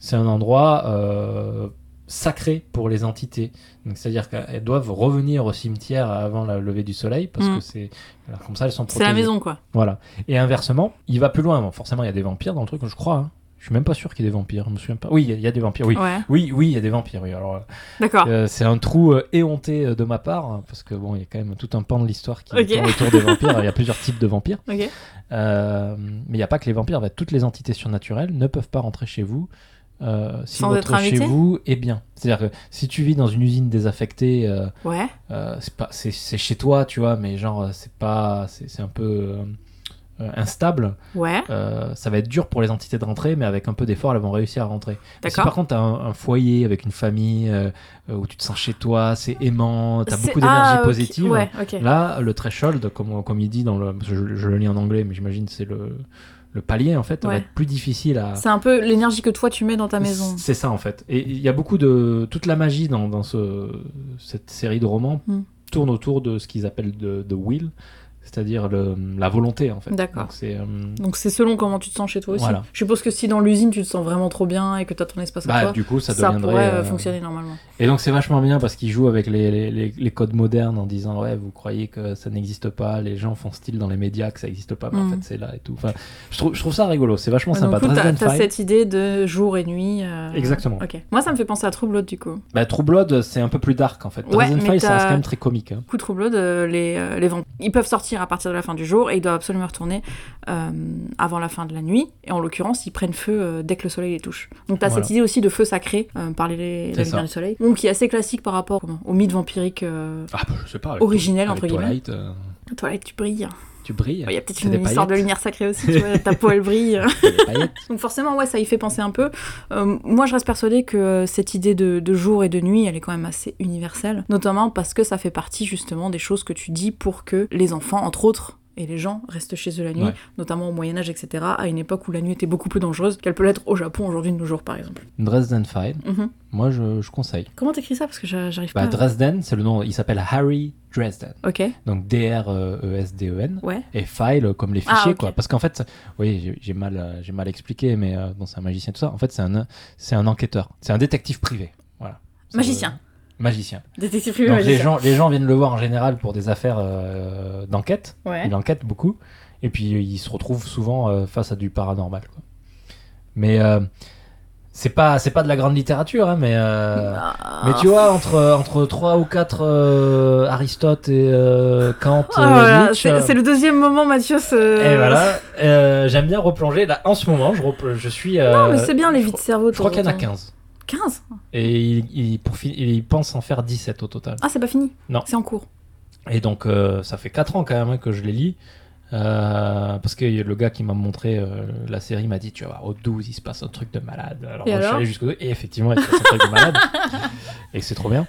Speaker 2: c'est un endroit euh, sacré pour les entités. Donc, C'est-à-dire qu'elles doivent revenir au cimetière avant la levée du soleil, parce
Speaker 1: Mm.
Speaker 2: que c'est. alors, Comme ça, elles sont
Speaker 1: c'est la
Speaker 2: protégées.
Speaker 1: maison quoi.
Speaker 2: Voilà. Et inversement, il va plus loin. Bon, forcément, il y a des vampires dans le truc, je crois. hein. Je suis même pas sûr qu'il y ait des vampires, je me souviens pas. Oui, il y a- il y, a des vampires, oui.
Speaker 1: Ouais.
Speaker 2: Oui, oui, il y a des vampires, oui. Alors,
Speaker 1: D'accord.
Speaker 2: euh, c'est un trou euh, éhonté euh, de ma part, hein, parce que bon, il y a quand même tout un pan de l'histoire qui
Speaker 1: Ok.
Speaker 2: tourne autour des vampires. Il y a plusieurs types de vampires.
Speaker 1: Ok.
Speaker 2: Euh, mais il n'y a pas que les vampires, en fait, toutes les entités surnaturelles ne peuvent pas rentrer chez vous. euh, si
Speaker 1: Sans
Speaker 2: votre
Speaker 1: être
Speaker 2: chez
Speaker 1: invité
Speaker 2: vous est bien. C'est-à-dire que si tu vis dans une usine désaffectée, euh,
Speaker 1: Ouais.
Speaker 2: euh, c'est pas- c'est c'est chez toi, tu vois, mais genre euh, c'est pas, c'est c'est un peu euh, euh, instable.
Speaker 1: Ouais.
Speaker 2: Euh, ça va être dur pour les entités de rentrer, mais avec un peu d'effort, elles vont réussir à rentrer. Mais Si par
Speaker 1: D'accord.
Speaker 2: contre t'as un, un foyer avec une famille euh, euh, où tu te sens chez toi, c'est aimant, t'as
Speaker 1: C'est-
Speaker 2: beaucoup d'énergie
Speaker 1: ah, ok.
Speaker 2: positive. hein.
Speaker 1: Ouais. Ok.
Speaker 2: Là, le threshold, comme, comme il dit dans le. parce que Je, je le lis en anglais, mais j'imagine que c'est le, le palier, en fait, va
Speaker 1: Ouais.
Speaker 2: être plus difficile à.
Speaker 1: C'est un peu l'énergie que toi tu mets dans ta maison.
Speaker 2: C'est ça, en fait. Et il y a beaucoup de. Toute la magie dans, dans ce, cette série de romans
Speaker 1: Hmm.
Speaker 2: tourne autour de ce qu'ils appellent de, de will, c'est-à-dire le- la volonté, en fait.
Speaker 1: D'accord.
Speaker 2: Donc c'est, euh,
Speaker 1: Donc c'est selon comment tu te sens chez toi aussi.
Speaker 2: Voilà.
Speaker 1: Je suppose que si dans l'usine tu te sens vraiment trop bien et que t'as ton espace à
Speaker 2: bah,
Speaker 1: toi,
Speaker 2: du coup, ça
Speaker 1: ça,
Speaker 2: deviendrait.
Speaker 1: pourrait euh,
Speaker 2: euh,
Speaker 1: fonctionner normalement.
Speaker 2: Et donc c'est vachement bien parce qu'ils jouent avec les, les- les- les codes modernes en disant ouais vous croyez que ça n'existe pas, les gens font style dans les médias que ça n'existe pas, mais en
Speaker 1: Mm.
Speaker 2: fait c'est là et tout. Enfin, je, trouve, je trouve ça rigolo, c'est vachement
Speaker 1: Ouais,
Speaker 2: sympa.
Speaker 1: Ah, donc, du coup, t'as,
Speaker 2: Dresden
Speaker 1: t'as
Speaker 2: Files,
Speaker 1: cette idée de jour et nuit. euh,
Speaker 2: Exactement.
Speaker 1: Ok. Moi ça me fait penser à Troubled du coup.
Speaker 2: Bah, True Blood c'est un peu plus dark en fait.
Speaker 1: Ouais,
Speaker 2: Dresden
Speaker 1: mais
Speaker 2: Files ça
Speaker 1: t'as-
Speaker 2: reste quand même très comique. hein.
Speaker 1: Du coup Troubled, euh, les, euh, les vents, ils peuvent sortir à partir de la fin du jour et ils doivent absolument retourner euh, avant la fin de la nuit. Et en l'occurrence ils prennent feu euh, dès que le soleil les touche. Donc t'as
Speaker 2: Voilà.
Speaker 1: cette idée aussi de feu sacré euh, par les,
Speaker 2: C'est
Speaker 1: la
Speaker 2: ça.
Speaker 1: lumière du soleil. Donc qui est assez classique par rapport comment, au mythe vampirique euh,
Speaker 2: Ah bah, je sais pas. avec-
Speaker 1: originel
Speaker 2: avec
Speaker 1: entre guillemets.
Speaker 2: Twilight, euh,
Speaker 1: Toi là tu brilles.
Speaker 2: tu brilles.
Speaker 1: Il y a peut-être
Speaker 2: C'est
Speaker 1: une
Speaker 2: des
Speaker 1: histoire de
Speaker 2: paillettes.
Speaker 1: lumière sacrée aussi, tu vois, ta peau elle brille.
Speaker 2: t'as des paillettes.
Speaker 1: Donc forcément, ouais, ça y fait penser un peu. Euh, moi, je reste persuadée que euh, cette idée de, de jour et de nuit, elle est quand même assez universelle, notamment parce que ça fait partie justement des choses que tu dis pour que les enfants, entre autres, et les gens restent chez eux la nuit,
Speaker 2: Ouais.
Speaker 1: notamment au Moyen-Âge, etc., à une époque où la nuit était beaucoup plus dangereuse qu'elle peut l'être au Japon aujourd'hui de nos jours, par exemple.
Speaker 2: Dresden Files,
Speaker 1: Mhm.
Speaker 2: moi je, je conseille.
Speaker 1: Comment t'écris ça Parce que j'a- j'arrive
Speaker 2: Bah,
Speaker 1: pas.
Speaker 2: Dresden, c'est le nom, il s'appelle Harry Dresden.
Speaker 1: Ok,
Speaker 2: Donc E D-R-E-S-D-E-N.
Speaker 1: ouais.
Speaker 2: Et file euh, comme les
Speaker 1: Ah,
Speaker 2: fichiers,
Speaker 1: ok.
Speaker 2: quoi. Parce qu'en fait, oui, j'ai- j'ai mal, euh, j'ai mal expliqué, mais euh, bon, c'est un magicien, tout ça. En fait, c'est un, c'est un enquêteur. C'est un détective privé. Voilà. Ça
Speaker 1: Magicien.
Speaker 2: veut- Magicien.
Speaker 1: Détective
Speaker 2: Donc
Speaker 1: privé
Speaker 2: les
Speaker 1: magicien.
Speaker 2: gens, les gens viennent le voir en général pour des affaires euh, d'enquête.
Speaker 1: Ouais.
Speaker 2: Il enquête beaucoup. Et puis euh, il se retrouve souvent euh, face à du paranormal. Quoi. Mais euh, c'est pas, c'est pas de la grande littérature, hein, mais. euh,
Speaker 1: Ah.
Speaker 2: Mais tu vois, entre, euh, entre 3 ou 4 Aristote et euh, Kant,
Speaker 1: Oh
Speaker 2: euh,
Speaker 1: là là,
Speaker 2: Nietzsche,
Speaker 1: c'est c'est le deuxième moment, Mathieu. se-
Speaker 2: et voilà, euh, j'aime bien replonger. Là, en ce moment, je, repl- je suis. euh,
Speaker 1: Non, mais c'est bien les vies de cerveau.
Speaker 2: Je crois qu'il y en a
Speaker 1: t'entends.
Speaker 2: 15.
Speaker 1: 15
Speaker 2: Et il, il, pour fin- il pense en faire 17 au total.
Speaker 1: Ah, c'est pas fini
Speaker 2: Non.
Speaker 1: C'est en cours.
Speaker 2: Et donc, euh, ça fait 4 ans quand même hein, que je les lis. Euh, parce que le gars qui m'a montré euh, la série m'a dit Tu vas voir, au 12, il se passe un truc de malade. Alors,
Speaker 1: Et
Speaker 2: moi, je suis
Speaker 1: alors
Speaker 2: allé jusqu'au 12, et effectivement, il se passe un truc de malade. Et c'est trop bien.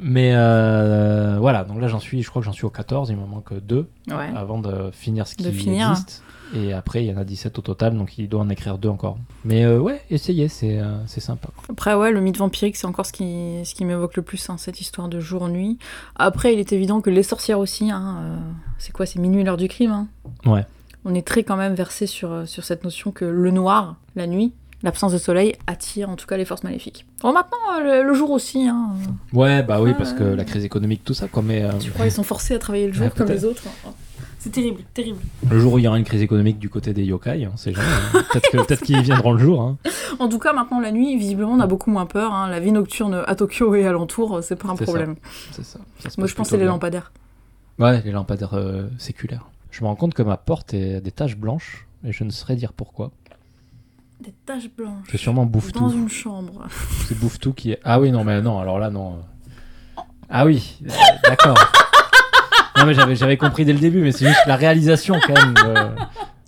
Speaker 2: Mais euh, voilà, donc là, j'en suis, je crois que j'en suis au 14, il me manque 2.
Speaker 1: Ouais.
Speaker 2: avant de finir ce qui
Speaker 1: De finir.
Speaker 2: existe. Et après, il y en a 17 au total, donc il doit en écrire deux encore. Mais euh, ouais, essayez, c'est euh, c'est sympa.
Speaker 1: Après, ouais, le mythe vampirique, c'est encore ce qui, ce qui m'évoque le plus, hein, cette histoire de jour-nuit. Après, il est évident que les sorcières aussi, hein, euh, c'est quoi, c'est minuit l'heure du crime hein.
Speaker 2: Ouais.
Speaker 1: On est très quand même versé sur, euh, sur cette notion que le noir, la nuit, l'absence de soleil attire en tout cas les forces maléfiques. Bon, maintenant, euh, le, le jour aussi. Hein.
Speaker 2: Ouais, bah oui, parce
Speaker 1: Ah.
Speaker 2: que la crise économique, tout ça, quoi. Mais euh,
Speaker 1: Tu crois ils sont forcés à travailler le jour
Speaker 2: Ouais,
Speaker 1: comme
Speaker 2: peut-être.
Speaker 1: les autres hein. C'est terrible, terrible.
Speaker 2: le jour où il y aura une crise économique du côté des yokai, on sait jamais. hein. Peut-être que- peut-être qu'ils viendront le jour. hein.
Speaker 1: En tout cas, maintenant, la nuit, visiblement, on a beaucoup moins peur. hein. La vie nocturne à Tokyo et alentour, euh, c'est pas un
Speaker 2: C'est ça.
Speaker 1: problème.
Speaker 2: C'est ça. ça se
Speaker 1: Moi,
Speaker 2: passe
Speaker 1: je pense que
Speaker 2: plutôt
Speaker 1: c'est les
Speaker 2: bien.
Speaker 1: lampadaires.
Speaker 2: Ouais, les lampadaires euh, séculaires. Je me rends compte que ma porte est des taches blanches, et je ne saurais dire pourquoi.
Speaker 1: Des taches blanches.
Speaker 2: C'est sûrement
Speaker 1: Dans
Speaker 2: bouffe-tout.
Speaker 1: une chambre.
Speaker 2: C'est bouffe-tout qui est. Ah oui, non, mais non, alors là, non. Ah oui, euh, d'accord. Non, mais j'avais, j'avais compris dès le début, mais c'est juste la réalisation, quand même. euh,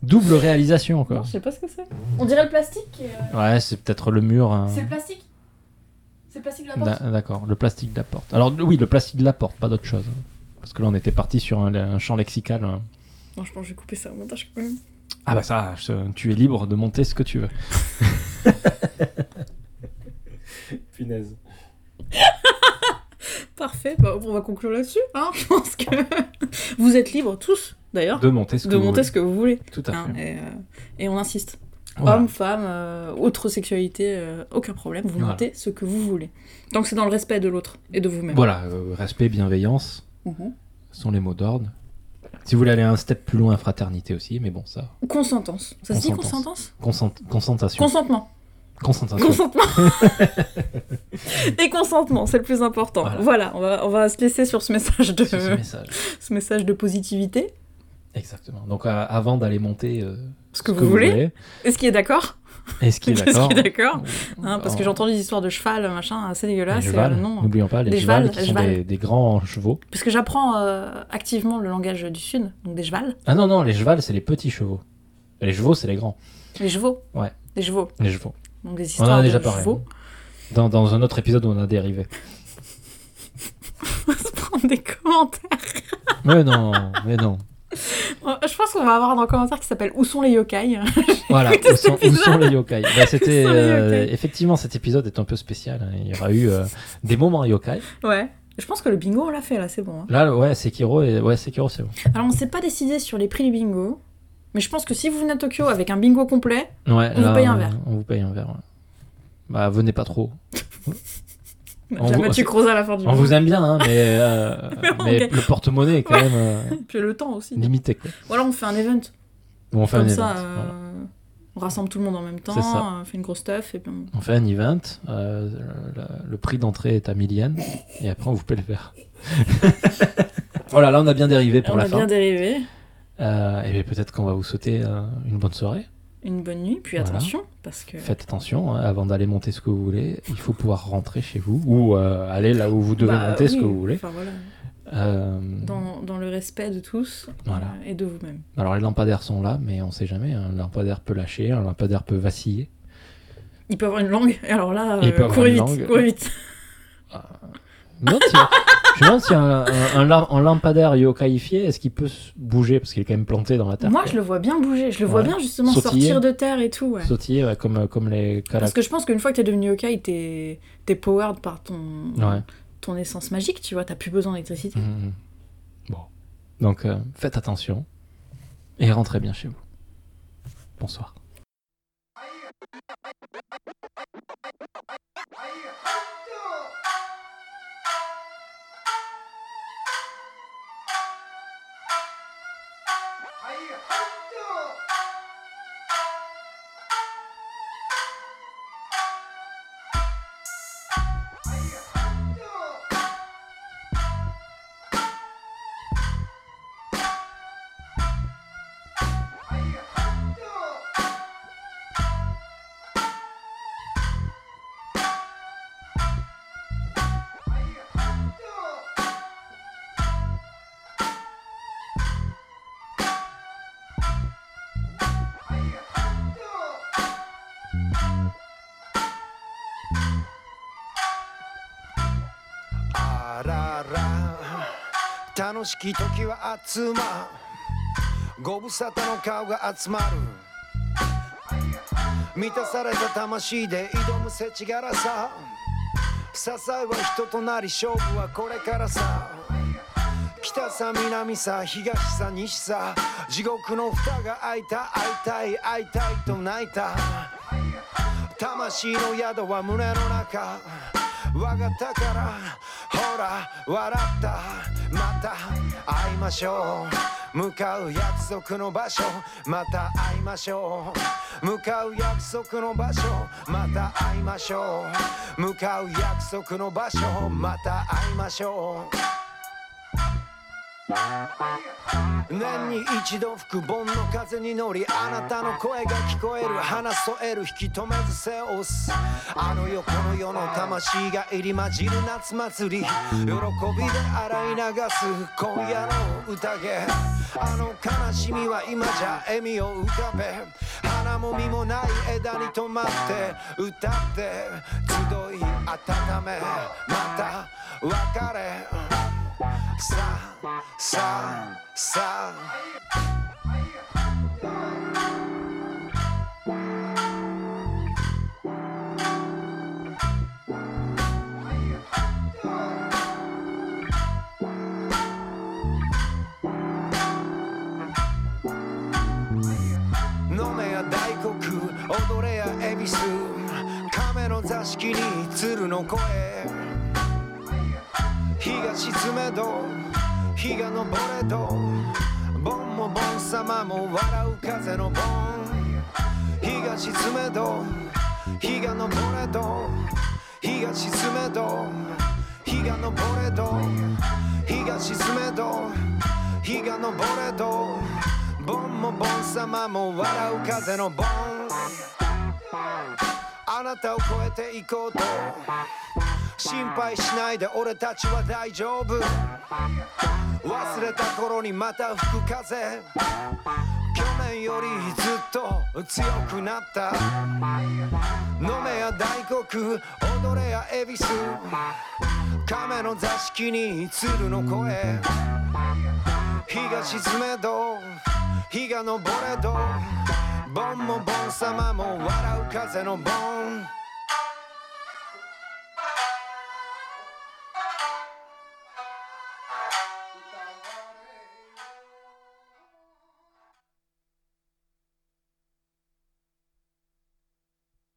Speaker 2: double réalisation, quoi.
Speaker 1: Je sais pas ce que c'est. On dirait le plastique. euh,
Speaker 2: Ouais, c'est peut-être le mur. hein.
Speaker 1: plastique C'est le plastique de la
Speaker 2: D'a- D'accord, le plastique de la porte. Alors, oui, le plastique de la porte, pas d'autre chose. Parce que là, on était parti sur un, un champ lexical. hein.
Speaker 1: Non, je pense que je vais couper ça au montage quand même.
Speaker 2: Ah bah ça, je- tu es libre de monter ce que tu veux. Punaise.
Speaker 1: Parfait, bah, on va conclure là-dessus. hein. je pense que vous êtes libres tous, d'ailleurs,
Speaker 2: De monter ce que
Speaker 1: de
Speaker 2: vous
Speaker 1: monter
Speaker 2: voulez.
Speaker 1: ce que vous voulez.
Speaker 2: Tout à
Speaker 1: hein.
Speaker 2: fait.
Speaker 1: et, euh, et on insiste.
Speaker 2: Voilà.
Speaker 1: Homme, femme, euh, autre sexualité, euh, aucun problème, vous
Speaker 2: Voilà.
Speaker 1: montez ce que vous voulez. Donc c'est dans le respect de l'autre et de vous-même.
Speaker 2: Voilà, euh, respect, bienveillance.
Speaker 1: Mhm.
Speaker 2: sont les mots d'ordre. Si vous voulez aller un step plus loin, fraternité aussi, mais bon, ça.
Speaker 1: Consentance. Ça se dit
Speaker 2: Consentance.
Speaker 1: consentance
Speaker 2: Consent- consentation.
Speaker 1: Consentement.
Speaker 2: Consentation.
Speaker 1: Consentement. Et consentement, c'est le plus important. Voilà,
Speaker 2: Voilà.
Speaker 1: on, va, on va se laisser sur ce message de,
Speaker 2: Sur ce message.
Speaker 1: ce message de positivité.
Speaker 2: Exactement. Donc, euh, avant d'aller monter euh,
Speaker 1: Ce que, vous, voulez. Est-ce qu'il est d'accord
Speaker 2: Est-ce qu'il est
Speaker 1: Est-ce qu'il
Speaker 2: d'accord Ah, oh.
Speaker 1: est d'accord Hein,
Speaker 2: En-
Speaker 1: Parce que j'ai entendu des histoires de cheval, machin, assez
Speaker 2: Les
Speaker 1: dégueulasse. et,
Speaker 2: chevals,
Speaker 1: euh, non.
Speaker 2: N'oublions pas, les,
Speaker 1: Des
Speaker 2: chevals,
Speaker 1: chevals,
Speaker 2: qui sont
Speaker 1: chevals.
Speaker 2: des, des grands chevaux.
Speaker 1: Parce que j'apprends euh, activement le langage du Sud, donc des chevals,
Speaker 2: Ah non, non, les chevals, c'est les petits chevaux. Les chevaux, c'est les grands.
Speaker 1: des chevaux.
Speaker 2: Ouais.
Speaker 1: Des chevaux.
Speaker 2: Les chevaux.
Speaker 1: Donc des
Speaker 2: On en
Speaker 1: histoires
Speaker 2: a déjà
Speaker 1: de
Speaker 2: parlé.
Speaker 1: chevaux.
Speaker 2: Dans, dans un autre épisode où on a dérivé.
Speaker 1: On va se prendre des commentaires. Euh,
Speaker 2: Mais non, mais non.
Speaker 1: Je pense qu'on va avoir un commentaire qui s'appelle Où sont les yokai hein
Speaker 2: Voilà,
Speaker 1: Écoutez
Speaker 2: où
Speaker 1: cet
Speaker 2: sont, où sont les yokai Bah, c'était,
Speaker 1: Où sont les
Speaker 2: euh,
Speaker 1: yokai
Speaker 2: Effectivement, cet épisode est un peu spécial. hein. Il y aura eu euh, des moments yokai.
Speaker 1: Ouais. Je pense que le bingo, on l'a fait là, c'est bon. hein.
Speaker 2: Là, ouais, Sekiro, et... ouais, Sekiro, c'est bon.
Speaker 1: Alors, on s'est pas décidé sur les prix du bingo, mais je pense que si vous venez à Tokyo avec un bingo complet,
Speaker 2: Ouais,
Speaker 1: On vous paye un verre.
Speaker 2: On vous paye un verre, ouais. Bah, venez pas trop. On
Speaker 1: déjà
Speaker 2: vous-
Speaker 1: Mathieu Croza à la fin du
Speaker 2: On
Speaker 1: bingo.
Speaker 2: vous aime bien, hein, mais, euh, mais le porte-monnaie est quand même euh,
Speaker 1: Puis le temps aussi.
Speaker 2: limité, quoi.
Speaker 1: Ou alors, on fait un event.
Speaker 2: Bon, on fait
Speaker 1: Comme
Speaker 2: un
Speaker 1: ça,
Speaker 2: event.
Speaker 1: euh,
Speaker 2: voilà.
Speaker 1: on rassemble tout le monde en même temps,
Speaker 2: C'est ça.
Speaker 1: euh, on fait une grosse stuff et puis on...
Speaker 2: On fait un event, euh, le, le prix d'entrée est à 1000 yens, et après, on vous paye le verre. voilà, là, on a bien dérivé pour
Speaker 1: on
Speaker 2: la
Speaker 1: a
Speaker 2: fin.
Speaker 1: bien dérivé.
Speaker 2: Euh, et bien, peut-être qu'on va vous souhaiter euh, une bonne soirée.
Speaker 1: Une bonne nuit, puis
Speaker 2: Voilà.
Speaker 1: attention, parce que...
Speaker 2: Faites attention, hein, avant d'aller monter ce que vous voulez, il faut pouvoir rentrer chez vous, ou euh, aller là où vous devez
Speaker 1: Bah,
Speaker 2: monter ce
Speaker 1: oui,
Speaker 2: que vous voulez.
Speaker 1: enfin, voilà.
Speaker 2: Euh,
Speaker 1: dans, dans le respect de tous
Speaker 2: Voilà.
Speaker 1: euh, et de vous-même.
Speaker 2: Alors les lampadaires sont là, mais on sait jamais. Un lampadaire peut lâcher, un lampadaire peut vaciller.
Speaker 1: Il peut avoir une langue, et alors là,
Speaker 2: Il
Speaker 1: euh,
Speaker 2: peut avoir
Speaker 1: courez
Speaker 2: une
Speaker 1: vite,
Speaker 2: langue.
Speaker 1: courez vite.
Speaker 2: Non, tiens. Je me demande si un, un- un lam- un lampadaire yokaifié, est-ce qu'il peut se bouger Parce qu'il est quand même planté dans la terre.
Speaker 1: Moi,
Speaker 2: quoi.
Speaker 1: je le vois bien bouger. Je le vois
Speaker 2: Ouais.
Speaker 1: bien justement
Speaker 2: Sautiller.
Speaker 1: sortir de terre et tout. ouais.
Speaker 2: Sautiller, ouais, comme, euh, comme les
Speaker 1: Parce
Speaker 2: calacs.
Speaker 1: que je pense qu'une fois que t'es devenu yokai, t'es t'es powered par ton
Speaker 2: Ouais.
Speaker 1: ton essence magique, tu vois. T'as plus besoin d'électricité.
Speaker 2: Mhm. Bon. Donc, euh, faites attention et rentrez bien chez vous. Bonsoir.
Speaker 3: あらら楽しき時は集まご無沙汰の顔が集まる満たされた魂で挑むせちがらさ支えは人となり勝負はこれからさ北さ南さ東さ西さ地獄の蓋が開いた会いたい会いたいと泣いた魂の宿は胸の中我が宝ほら笑ったまた会いましょう向かう約束の場所また会いましょう向かう約束の場所また会いましょう向かう約束の場所また会いましょう年に一度吹く盆の風に乗りあなたの声が聞こえる花添える引き止めず背を押すあの横の世の魂が入り混じる夏祭り喜びで洗い流す今夜の宴あの悲しみは今じゃ笑みを浮かべ花も実もない枝に止まって歌って集い温めまた別れさあさあさあ飲めや大黒踊れや恵比寿亀の座敷に鶴の声日が沈めど日が昇れど盆も盆様も笑う風の盆日が沈めど日が昇れど日が沈めど日が昇れど日が沈めど日が昇れど盆も盆様も笑う風の盆あなたを超えていこうと心配しないで俺たちは大丈夫忘れた頃にまた吹く風去年よりずっと強くなった飲めや大黒踊れや恵比寿亀の座敷に鶴の声日が沈めど日が昇れど盆も盆様も笑う風の盆